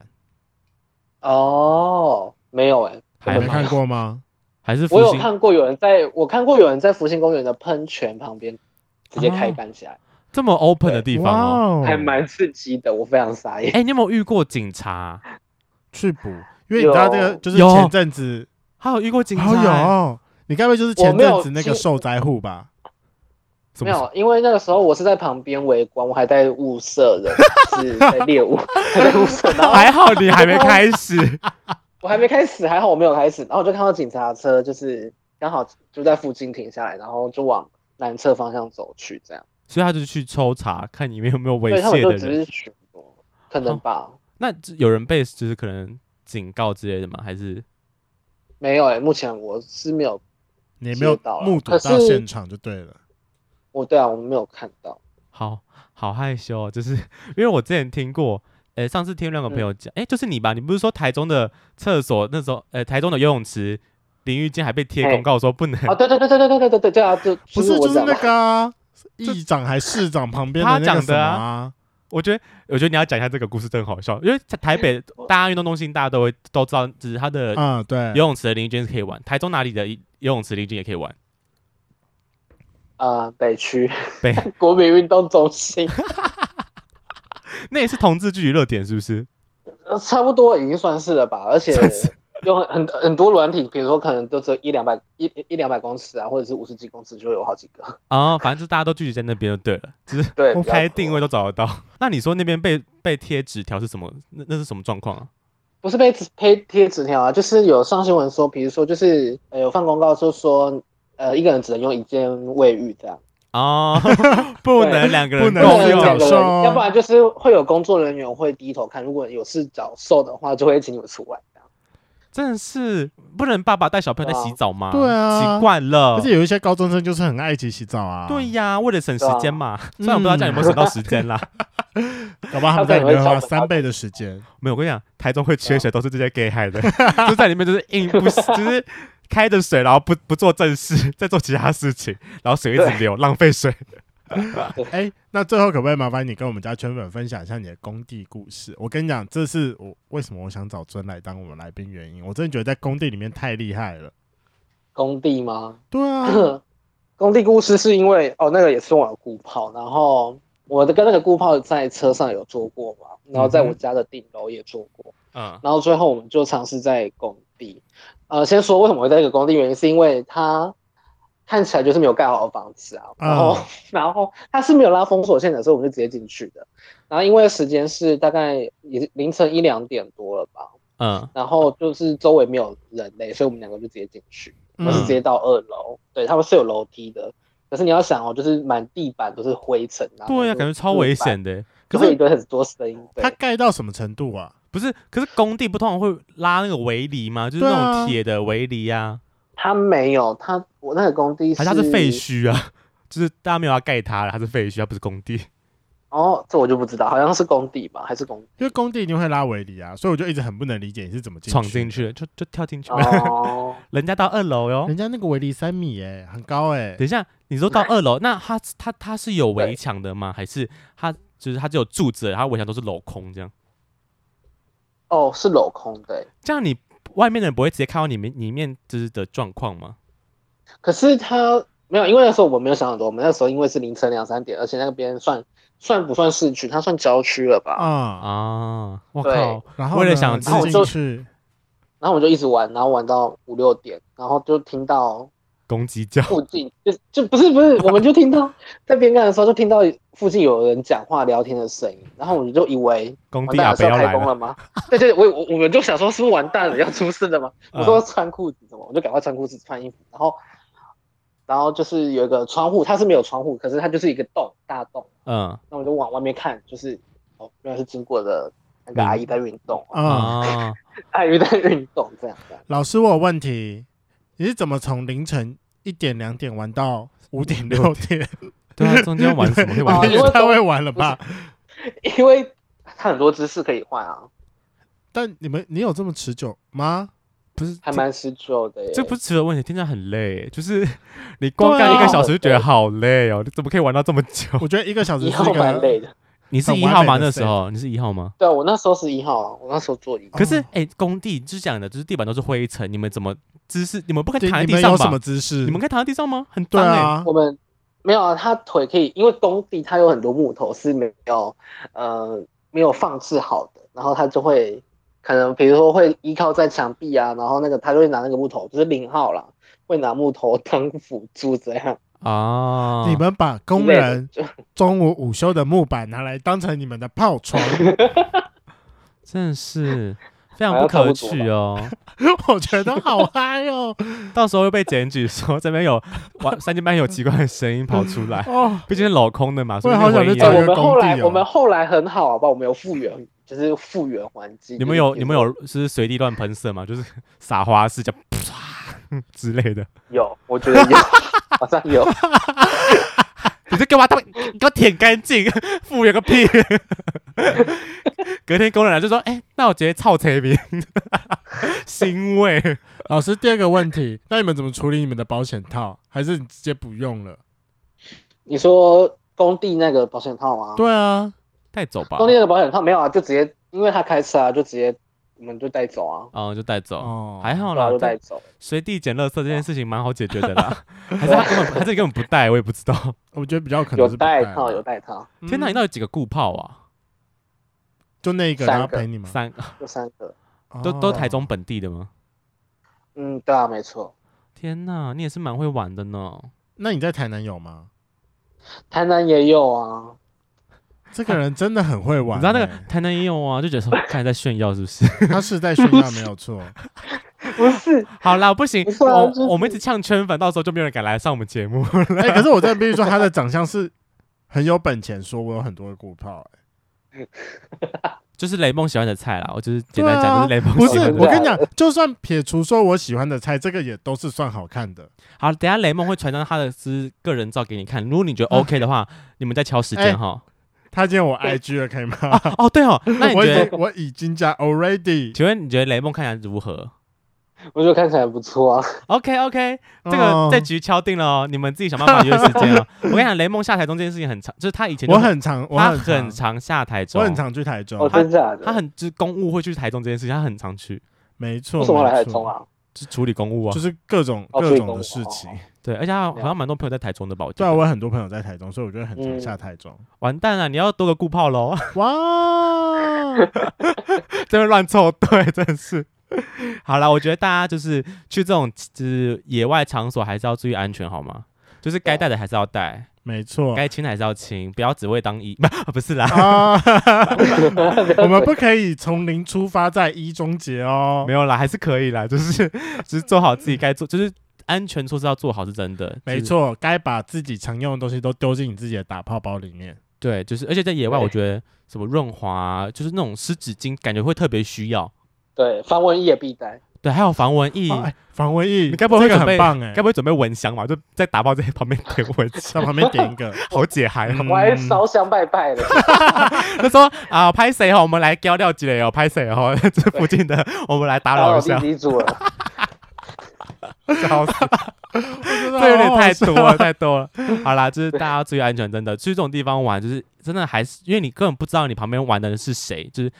Speaker 3: 哦，没有哎、
Speaker 2: 还
Speaker 1: 你
Speaker 2: 好
Speaker 1: 没看过吗？
Speaker 2: 还是
Speaker 3: 我
Speaker 2: 复
Speaker 3: 有
Speaker 2: 兴
Speaker 3: 看过有人在，我看过有人在福星公园的喷泉旁边直接开干起来，
Speaker 2: 这么 open 的地方哦。
Speaker 1: 哇哦
Speaker 3: 还蛮刺激的，我非常傻眼。
Speaker 2: 哎、你有没有遇过警察啊、
Speaker 1: 去补，因为你知道这个
Speaker 3: 有
Speaker 1: 就是
Speaker 2: 有
Speaker 1: 前阵子，
Speaker 2: 还有遇过警察、
Speaker 1: 哦有
Speaker 2: 哎
Speaker 1: 哦，你该不会就是前
Speaker 3: 没有
Speaker 1: 阵子那个
Speaker 3: 经
Speaker 1: 受灾户吧？
Speaker 2: 什
Speaker 3: 没
Speaker 2: 么
Speaker 3: 有，因为那个时候我是在旁边围观，我还在物色人， 是在猎物， 还在物色，然 后
Speaker 2: 还好你还没开始，
Speaker 3: 我还没开始，还好我没有开始，然后我就看到警察车，就是刚好就在附近停下来，然后就往南侧方向走去，这样。
Speaker 2: 所以他就去抽查，看里面有没有猥
Speaker 3: 对他们
Speaker 2: 亵
Speaker 3: 就
Speaker 2: 的
Speaker 3: 只
Speaker 2: 人。
Speaker 3: 是巡逻，可能吧，
Speaker 2: 那这有人被就是可能警告之类的吗？还是
Speaker 3: 没有哎、目前我是没有，
Speaker 1: 你也没有
Speaker 3: 知道了啊
Speaker 1: 目睹
Speaker 3: 可
Speaker 1: 到
Speaker 3: 是
Speaker 1: 现场就对了。
Speaker 3: 我对啊，我没有看到。
Speaker 2: 好好害羞、哦，就是因为我之前听过，呃，上次听两个朋
Speaker 3: 嗯
Speaker 2: 友讲，哎、就是你吧，你不是说台中的厕所那时候，呃，台中的游泳池淋浴间还被贴
Speaker 3: 嘿
Speaker 2: 公告说不能，
Speaker 3: 啊，对对对对对对对对对对啊，就
Speaker 1: 不是，
Speaker 3: 我
Speaker 1: 就是
Speaker 3: 讲
Speaker 1: 那
Speaker 3: 的
Speaker 1: 个啊议长还市长旁边
Speaker 2: 他
Speaker 1: 的那个
Speaker 2: 讲
Speaker 1: 什么
Speaker 2: 的
Speaker 1: 啊，
Speaker 2: 我觉得，我觉得你要讲一下这个故事，真的很好笑，因为在台北 大家运动中心大家都会都知道，只是它的游
Speaker 1: 嗯，对，
Speaker 2: 泳池的淋浴间是可以玩，台中哪里的游泳池淋浴间也可以玩，
Speaker 3: 呃北区
Speaker 2: 北
Speaker 3: 国民运动中心，
Speaker 2: 那也是同志聚集热点是不是？
Speaker 3: 呃差不多已经算是了吧，而且有很很很多软体，比如说可能就只有一两百一一两百公尺啊，或者是五十几公尺就有好几个。
Speaker 2: 啊、反正就是大家都聚集在那边就对了，只是
Speaker 3: 对，比较
Speaker 2: 开定位都找得到。 那你说那边被被贴纸条是什么？那那是什么状况啊？
Speaker 3: 不是被贴贴纸条啊，就是有上新闻说，比如说就是呃有放公告说说呃一个人只能用一间卫浴这样，
Speaker 2: 哦， 不能两个人
Speaker 1: 不
Speaker 2: 共
Speaker 1: 能
Speaker 3: 不能有
Speaker 1: 用
Speaker 3: 两
Speaker 1: 享
Speaker 2: 用
Speaker 3: 个人
Speaker 1: 受，
Speaker 3: 要不然就是会有工作人员会低头看，如果有事找受的话，就会请你们出来这样。
Speaker 2: 真的是不能爸爸带小朋友在洗澡吗？
Speaker 1: 对啊
Speaker 2: 习惯了
Speaker 1: 而。且有一些高中生就是很爱一起洗澡啊，
Speaker 2: 对呀，为了省时间嘛，虽
Speaker 1: 对啊
Speaker 2: 然我不知道这样有没有省到时间啦。
Speaker 1: 搞不好他们在里面花三倍的时间，
Speaker 2: 没有，我跟你讲，台中会
Speaker 1: 啊
Speaker 2: 缺水都是这些 gay 害的，就在里面就是硬不，就是开着水，然后不不做正事，在做其他事情，然后水一直流，浪费水。
Speaker 1: 哎、那最后可不可以麻烦你跟我们家圈粉分享一下你的工地故事？我跟你讲，这是我为什么我想找尊来当我们来宾原因，我真的觉得在工地里面太厉害了。
Speaker 3: 工地吗？
Speaker 1: 对 啊，
Speaker 3: 工地故事是因为哦，那个也是我的姑炮，然后我的跟那个姑炮在车上有做过嘛，然后在我家的顶楼也做过，
Speaker 2: 嗯，
Speaker 3: 然后最后我们就尝试在工地。呃，先说为什么会在一个工地，原因是因为它看起来就是没有盖好的房子啊，然后、
Speaker 1: 嗯
Speaker 3: 然后它是没有拉封锁线的，所以我们就直接进去的。然后因为时间是大概也是凌晨一两点多了吧，
Speaker 2: 嗯，
Speaker 3: 然后就是周围没有人类，所以我们两个就直接进去。
Speaker 1: 嗯
Speaker 3: 我们是直
Speaker 2: 嗯
Speaker 3: 接到二楼，对，他们是有楼梯的。可是你要想哦，就是满地板都是灰尘啊，
Speaker 2: 对呀，
Speaker 3: 呀、
Speaker 2: 感觉超危险的。
Speaker 1: 可
Speaker 3: 可
Speaker 1: 是
Speaker 3: 是有很多声音，对
Speaker 1: 它，盖到什么程度啊？
Speaker 2: 不是，可是工地不通常会拉那个围篱吗？就是
Speaker 1: 对啊
Speaker 2: 那种铁的围篱啊，
Speaker 3: 他没有，他我那个工地
Speaker 2: 还是它是废墟啊？ 就是大家没有要盖它了，它是废墟，它不是工地。
Speaker 3: 哦，这我就不知道，好像是工地吧，还是工
Speaker 1: 因为工地一定会拉围篱啊，所以我就一直很不能理解你是怎么进
Speaker 2: 闯
Speaker 1: 去
Speaker 2: 进去了，就就跳进去了。
Speaker 3: 哦，
Speaker 2: 人家到二楼
Speaker 1: 的。
Speaker 2: 哟。
Speaker 1: 人家那个围篱三米哎、很高哎、
Speaker 2: 等一下，你说到二楼，那它它它是有围墙的吗？还是它就是它只有柱子，然后围墙都是镂空这样？
Speaker 3: 哦，是镂空的欸。
Speaker 2: 这样你外面的人不会直接看到你们里面就是的状况吗？
Speaker 3: 可是他没有，因为那时候我没有想很多，我们那时候因为是凌晨两三点，而且那边算算不算市区？它算郊区了
Speaker 2: 哦
Speaker 3: 吧？
Speaker 1: 啊、
Speaker 2: 啊，我
Speaker 3: 对
Speaker 2: 靠！
Speaker 1: 然后
Speaker 2: 为了
Speaker 1: 呢
Speaker 2: 想
Speaker 1: 进
Speaker 3: 自
Speaker 1: 去，
Speaker 3: 然后我们就一直玩，然后玩到五六点，然后就听到
Speaker 2: 公鸡叫，
Speaker 3: 附近就就不是 不是，我们就听到在边干的时候就听到附近有人讲话聊天的声音，然后我们就以为
Speaker 2: 工
Speaker 3: 完
Speaker 2: 地
Speaker 3: 蛋
Speaker 2: 啊，
Speaker 3: 了
Speaker 2: 不
Speaker 3: 是要
Speaker 2: 要
Speaker 3: 开
Speaker 2: 来
Speaker 3: 工
Speaker 2: 了。
Speaker 3: 了吗？ 对对，我我我们就想说是不是完蛋了要出事了吗？
Speaker 2: 嗯
Speaker 3: 我说穿裤子什么，我就赶快穿裤子穿衣服，然后然后就是有一个窗户，它是没有窗户，可是它就是一个洞大洞，
Speaker 2: 嗯
Speaker 3: 那我就往外面看，就是哦原来是经过的那
Speaker 2: 嗯
Speaker 3: 个阿姨在运动，
Speaker 1: 啊、
Speaker 2: 啊，
Speaker 3: 阿姨在运动这样这样。
Speaker 1: 老师我有问题，你是怎么从凌晨一点两点玩到五点六点？
Speaker 2: 对啊，中间玩什么会玩
Speaker 3: 哦
Speaker 1: 你
Speaker 3: 因
Speaker 1: 也
Speaker 3: 为
Speaker 1: 太会玩了吧？
Speaker 3: 因为它很多姿势可以换啊，
Speaker 1: 但你们你有这么持久 吗？
Speaker 2: 不是
Speaker 3: 还蛮持久的耶。啊
Speaker 2: 这不是持久问题，听起来很累， 就是你光干一个小时就觉得好累哦，你怎么可以玩到这么久？
Speaker 1: 我觉得一个小时
Speaker 3: 一
Speaker 1: 是
Speaker 3: 号
Speaker 1: 一
Speaker 3: 蛮
Speaker 1: 个
Speaker 3: 累的，
Speaker 2: 你是
Speaker 1: 很
Speaker 2: 一
Speaker 1: 完
Speaker 2: 号
Speaker 1: 美
Speaker 2: 吗？
Speaker 1: 的
Speaker 2: 那时候你是一号吗？
Speaker 3: 对我那时候是一号啊，我那时候做一号，
Speaker 2: 可是
Speaker 1: 哦
Speaker 2: 哎、工地就是讲的，就是地板都是灰尘，你们怎么姿势？你们不可以
Speaker 1: 对
Speaker 2: 躺在
Speaker 1: 你
Speaker 2: 地
Speaker 1: 们
Speaker 2: 上
Speaker 1: 有什么
Speaker 2: 吧？
Speaker 1: 姿势？
Speaker 2: 你们可以躺在地上吗？很
Speaker 1: 对
Speaker 2: 脏哎、
Speaker 1: 啊
Speaker 3: 我，们没有啊，他腿可以，因为工地它有很多木头是没有呃没有放置好的，然后他就会可能比如说会依靠在墙壁啊，然后那个他就会拿那个木头，就是零号啦，会拿木头当辅助这样。哦
Speaker 2: 啊，
Speaker 1: 你们把工人中午午休的木板拿来当成你们的炮床，
Speaker 2: 真的 是非常
Speaker 3: 好像
Speaker 2: 不
Speaker 3: 差
Speaker 2: 可
Speaker 3: 不多啊
Speaker 2: 取哦。
Speaker 1: 我觉得好嗨 哦！
Speaker 2: 到时候会被检举说这边有晚三更半夜有奇怪的声音跑出 来，
Speaker 1: 哦，
Speaker 2: 毕竟是镂空的嘛，所以
Speaker 1: 好想去
Speaker 3: 对，
Speaker 1: 找
Speaker 3: 我
Speaker 1: 一个
Speaker 3: 们后来
Speaker 1: 工地哦
Speaker 3: 我们后来很好，好吧，我们有复原，就是复原环境。
Speaker 2: 你们有你们有是随地乱喷射吗？就是撒花式叫啪之类的。
Speaker 3: 有？我觉得 有，好像有。
Speaker 2: 你就给我把他们给我舔干净，复原个屁！ 隔天工人来就说：“哎、那我直接操催 名，腥味。
Speaker 1: 老师，第二个问题，那你们怎么处理你们的保险套？还是你直接不用了？
Speaker 3: 你说工地那个保险套吗？
Speaker 1: 对啊，
Speaker 2: 带走吧
Speaker 3: 中间的保险套没有啊，就直接因为他开车啊，就直接我们就带走啊，
Speaker 2: 哦，就带走，
Speaker 1: 哦
Speaker 2: 还好
Speaker 3: 对啊，
Speaker 2: 啦
Speaker 3: 就，带走。
Speaker 2: 随地捡垃圾这件事情蛮好解决的啦。还是他根本还是你根本不带，我也不知道。
Speaker 1: 我觉得比较可能
Speaker 3: 有
Speaker 1: 是不
Speaker 3: 带
Speaker 1: 了
Speaker 3: 套，有带套，
Speaker 1: 嗯
Speaker 2: 天哪，你到底几个固炮啊？
Speaker 1: 就那一个，
Speaker 3: 三
Speaker 1: 然
Speaker 3: 个
Speaker 1: 后陪你们，
Speaker 2: 三
Speaker 3: 就三个。
Speaker 1: 哦
Speaker 2: 都都台中本地的吗？
Speaker 3: 嗯，对啊，没错。
Speaker 2: 天哪，你也是蛮会玩的呢。
Speaker 1: 那你在台南有吗？
Speaker 3: 台南也有啊，
Speaker 1: 这个人真的很会
Speaker 2: 你
Speaker 1: 玩、
Speaker 2: 知道那个
Speaker 1: 欸
Speaker 2: 台南也有啊，就觉得说 看你在炫耀是不是？
Speaker 1: 他是在炫耀没有错，哎
Speaker 3: 不是
Speaker 2: 好啦，不行，
Speaker 3: 不是啊
Speaker 2: 我
Speaker 3: 就是
Speaker 2: 我们一直呛圈粉，到时候就没有人敢来上我们节目。
Speaker 1: 哎、可是我真的必须说，他的长相是很有本钱，说我有很多的股票、欸。
Speaker 2: 就是雷梦喜欢的菜啦，我就是简
Speaker 1: 对
Speaker 2: 单讲，
Speaker 1: 啊
Speaker 2: 就是啊雷梦
Speaker 1: 不
Speaker 2: 喜
Speaker 1: 是，
Speaker 2: 欢
Speaker 1: 我
Speaker 2: 的。
Speaker 1: 跟你讲，就算撇除说我喜欢的菜，这个也都是算好看的。
Speaker 2: 好，等一下雷梦会传上他的私个人照给你看，如果你
Speaker 1: 啊
Speaker 2: 觉得 OK 的话，你们再敲时
Speaker 1: 哎
Speaker 2: 间哈。
Speaker 1: 他见我 IG 了，可以吗？
Speaker 2: 哦，对哦，那你
Speaker 1: 我
Speaker 2: 觉
Speaker 1: 已经
Speaker 2: 得？
Speaker 1: 我已经加 already
Speaker 2: 请问你觉得雷梦看起来如何
Speaker 3: 我觉得看起来不错啊。
Speaker 2: ？OK OK，这个
Speaker 1: 哦
Speaker 2: 这局敲定了哦，你们自己想办法约时间 哦。我跟你讲，雷梦下台中这件事情很长，就是他以前就
Speaker 1: 我很常，我
Speaker 2: 他
Speaker 1: 很
Speaker 2: 很
Speaker 1: 常，
Speaker 2: 常下台中，
Speaker 1: 我很常去台中
Speaker 3: 哦，，真假的？
Speaker 2: 啊他很就是公务会去台中这件事情，他很常去，
Speaker 1: 没错。
Speaker 3: 为什么要来台
Speaker 1: 没错
Speaker 3: 中？啊？
Speaker 2: 就是处理公务啊
Speaker 1: 就。是各种
Speaker 3: 哦
Speaker 1: 各
Speaker 3: 所以
Speaker 1: 种
Speaker 3: 公
Speaker 1: 的
Speaker 3: 务
Speaker 1: 事情
Speaker 3: 哦。
Speaker 2: 对，而且他好像蛮多朋友在台中的吧？我记
Speaker 1: 对啊，
Speaker 2: 得
Speaker 1: 我有很多朋友在台中，所以我觉得很常
Speaker 3: 嗯
Speaker 1: 下台中。
Speaker 2: 完蛋了，你要多个顾炮 喽。
Speaker 1: 哇，
Speaker 2: 真的乱凑对，真 的是。好啦，我觉得大家就是去这种就是野外场所，还是要注意安全，好吗？就是该带的还是要带，
Speaker 1: 没错
Speaker 2: 该亲的还是要亲，不要只为当 一，不是啦，
Speaker 1: 啊，我
Speaker 3: 我
Speaker 1: 们不可以从零出发，在一终结哦
Speaker 2: 没。有啦，还是可以啦，就是就是做好自己该做，就是安全措施要做好，是真的。
Speaker 1: 没，错，该把自己常用的东西都丢进你自己的打泡包里面。
Speaker 2: 对，就是而且在野外，
Speaker 3: 对
Speaker 2: 我觉得什么润滑啊、就是那种湿纸巾，感觉会特别需要。
Speaker 3: 对，防蚊液必带。
Speaker 2: 对，还有防蚊液，
Speaker 1: 哦哎防蚊液，
Speaker 2: 你该不
Speaker 1: 这
Speaker 2: 会
Speaker 1: 个
Speaker 2: 准备
Speaker 1: 很棒 哎？
Speaker 2: 该不会准备蚊香嘛？就在打包在旁边点 蚊
Speaker 1: 在
Speaker 2: 香，
Speaker 1: 旁边点一 个，
Speaker 2: 好解嗨哦。
Speaker 1: 嗯
Speaker 3: 我还烧香拜拜了，
Speaker 2: 他说啊，拍谁哦？我们来交料几类哦，拍谁哦？ 这附近的，我们来 打
Speaker 3: 打
Speaker 2: 扰
Speaker 3: 扰
Speaker 2: 一
Speaker 3: 地
Speaker 2: 下，
Speaker 3: 基 组了。
Speaker 2: 笑死，
Speaker 1: 这
Speaker 2: 这有点太多
Speaker 1: 啊
Speaker 2: 了，太多了。好啦，就是大家要注意安全，真的去这种地方玩，就是真的还是因为你根本不知道你旁边玩的人是谁，就是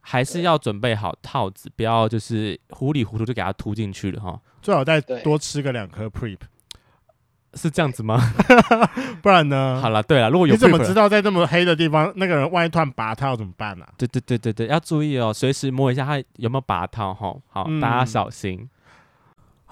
Speaker 2: 还是要准备好套子，不要就是糊里糊涂就给他突进去了哈。
Speaker 1: 最好再
Speaker 3: 对
Speaker 1: 多吃个两颗 prep，
Speaker 2: 是这样子吗？
Speaker 1: 不然呢？
Speaker 2: 好了，对了，如果
Speaker 1: 嗯
Speaker 2: 有
Speaker 1: 你怎么
Speaker 2: prefer-
Speaker 1: 知道在这么黑的地方，那个人万一突然拔他要怎么办呢、啊？
Speaker 2: 对对对对对，要注意哦，随时摸一下他有没有拔套哈。好，
Speaker 1: 嗯
Speaker 2: 大家小心。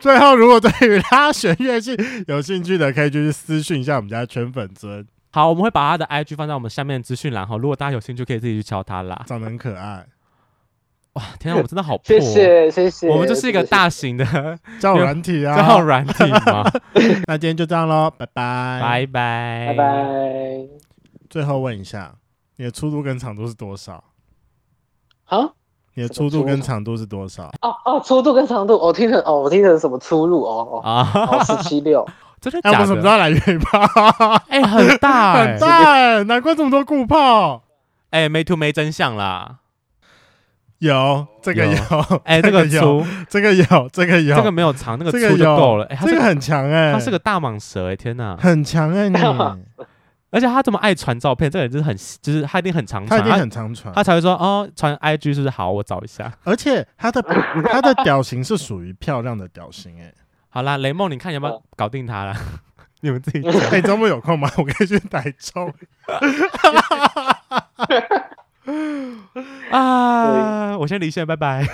Speaker 1: 最后，如果对于拉弦乐器有兴趣的，可以就是私讯一下我们家圈粉尊，
Speaker 2: 好，我们会把他的 IG 放在我们下面的资讯栏哈，如果大家有兴趣可以自己去敲他啦。
Speaker 1: 长得很可爱，
Speaker 2: 哇，天啊，我们真的好破、
Speaker 3: 谢。谢谢谢，
Speaker 2: 我们就是一个
Speaker 3: 谢谢
Speaker 2: 大型的
Speaker 1: 叫软体啊。
Speaker 2: 账号软体 嘛，
Speaker 1: 那今天就这样喽，拜拜。
Speaker 2: 拜拜，
Speaker 3: 拜拜。
Speaker 1: 最后问一下，你的粗度跟长度是多少？
Speaker 3: 啊，
Speaker 1: 你的
Speaker 3: 什
Speaker 1: 粗
Speaker 3: 么
Speaker 1: 度
Speaker 3: 粗
Speaker 1: 跟
Speaker 3: 度
Speaker 1: 长度是多少？
Speaker 3: 哦哦，粗度跟长度，我听成哦，我听成什么出入哦哦，
Speaker 2: 啊！
Speaker 3: 哦十七六，
Speaker 2: 真的
Speaker 1: 哎、我
Speaker 2: 假
Speaker 1: 们什么时
Speaker 2: 的？
Speaker 1: 候来约炮？
Speaker 2: 哎，很大哎
Speaker 1: 很，大欸，难怪这么多固炮。
Speaker 2: 哎，没图没真相啦，
Speaker 1: 有这个
Speaker 2: 有
Speaker 1: 有，
Speaker 2: 哎，这
Speaker 1: 这
Speaker 2: 个
Speaker 1: 有，
Speaker 2: 粗，
Speaker 1: 这个有，这个有，
Speaker 2: 这个没有长，那个
Speaker 1: 这个
Speaker 2: 粗就
Speaker 1: 有
Speaker 2: 够了。哎，他
Speaker 1: 这
Speaker 2: 是
Speaker 1: 个很强哎、
Speaker 2: 他是个大蟒蛇哎，天哪！
Speaker 1: 很强 哎、
Speaker 3: 大蟒
Speaker 1: 你
Speaker 2: 而且他这么爱传照片，这个人就是很，就是他一定很常
Speaker 1: 他一
Speaker 2: 传，
Speaker 1: 定
Speaker 2: 他
Speaker 1: 很常传
Speaker 2: 他，才会说哦，传 IG 是不是好？我找一下。
Speaker 1: 而且他的他的屌型是属于漂亮的屌型 哎、
Speaker 2: 好啦，雷梦，你看有没有搞定他啦？ 你们自己
Speaker 1: 哎、周末有空吗？我可以去台中。
Speaker 2: 啊，我先离线，拜拜。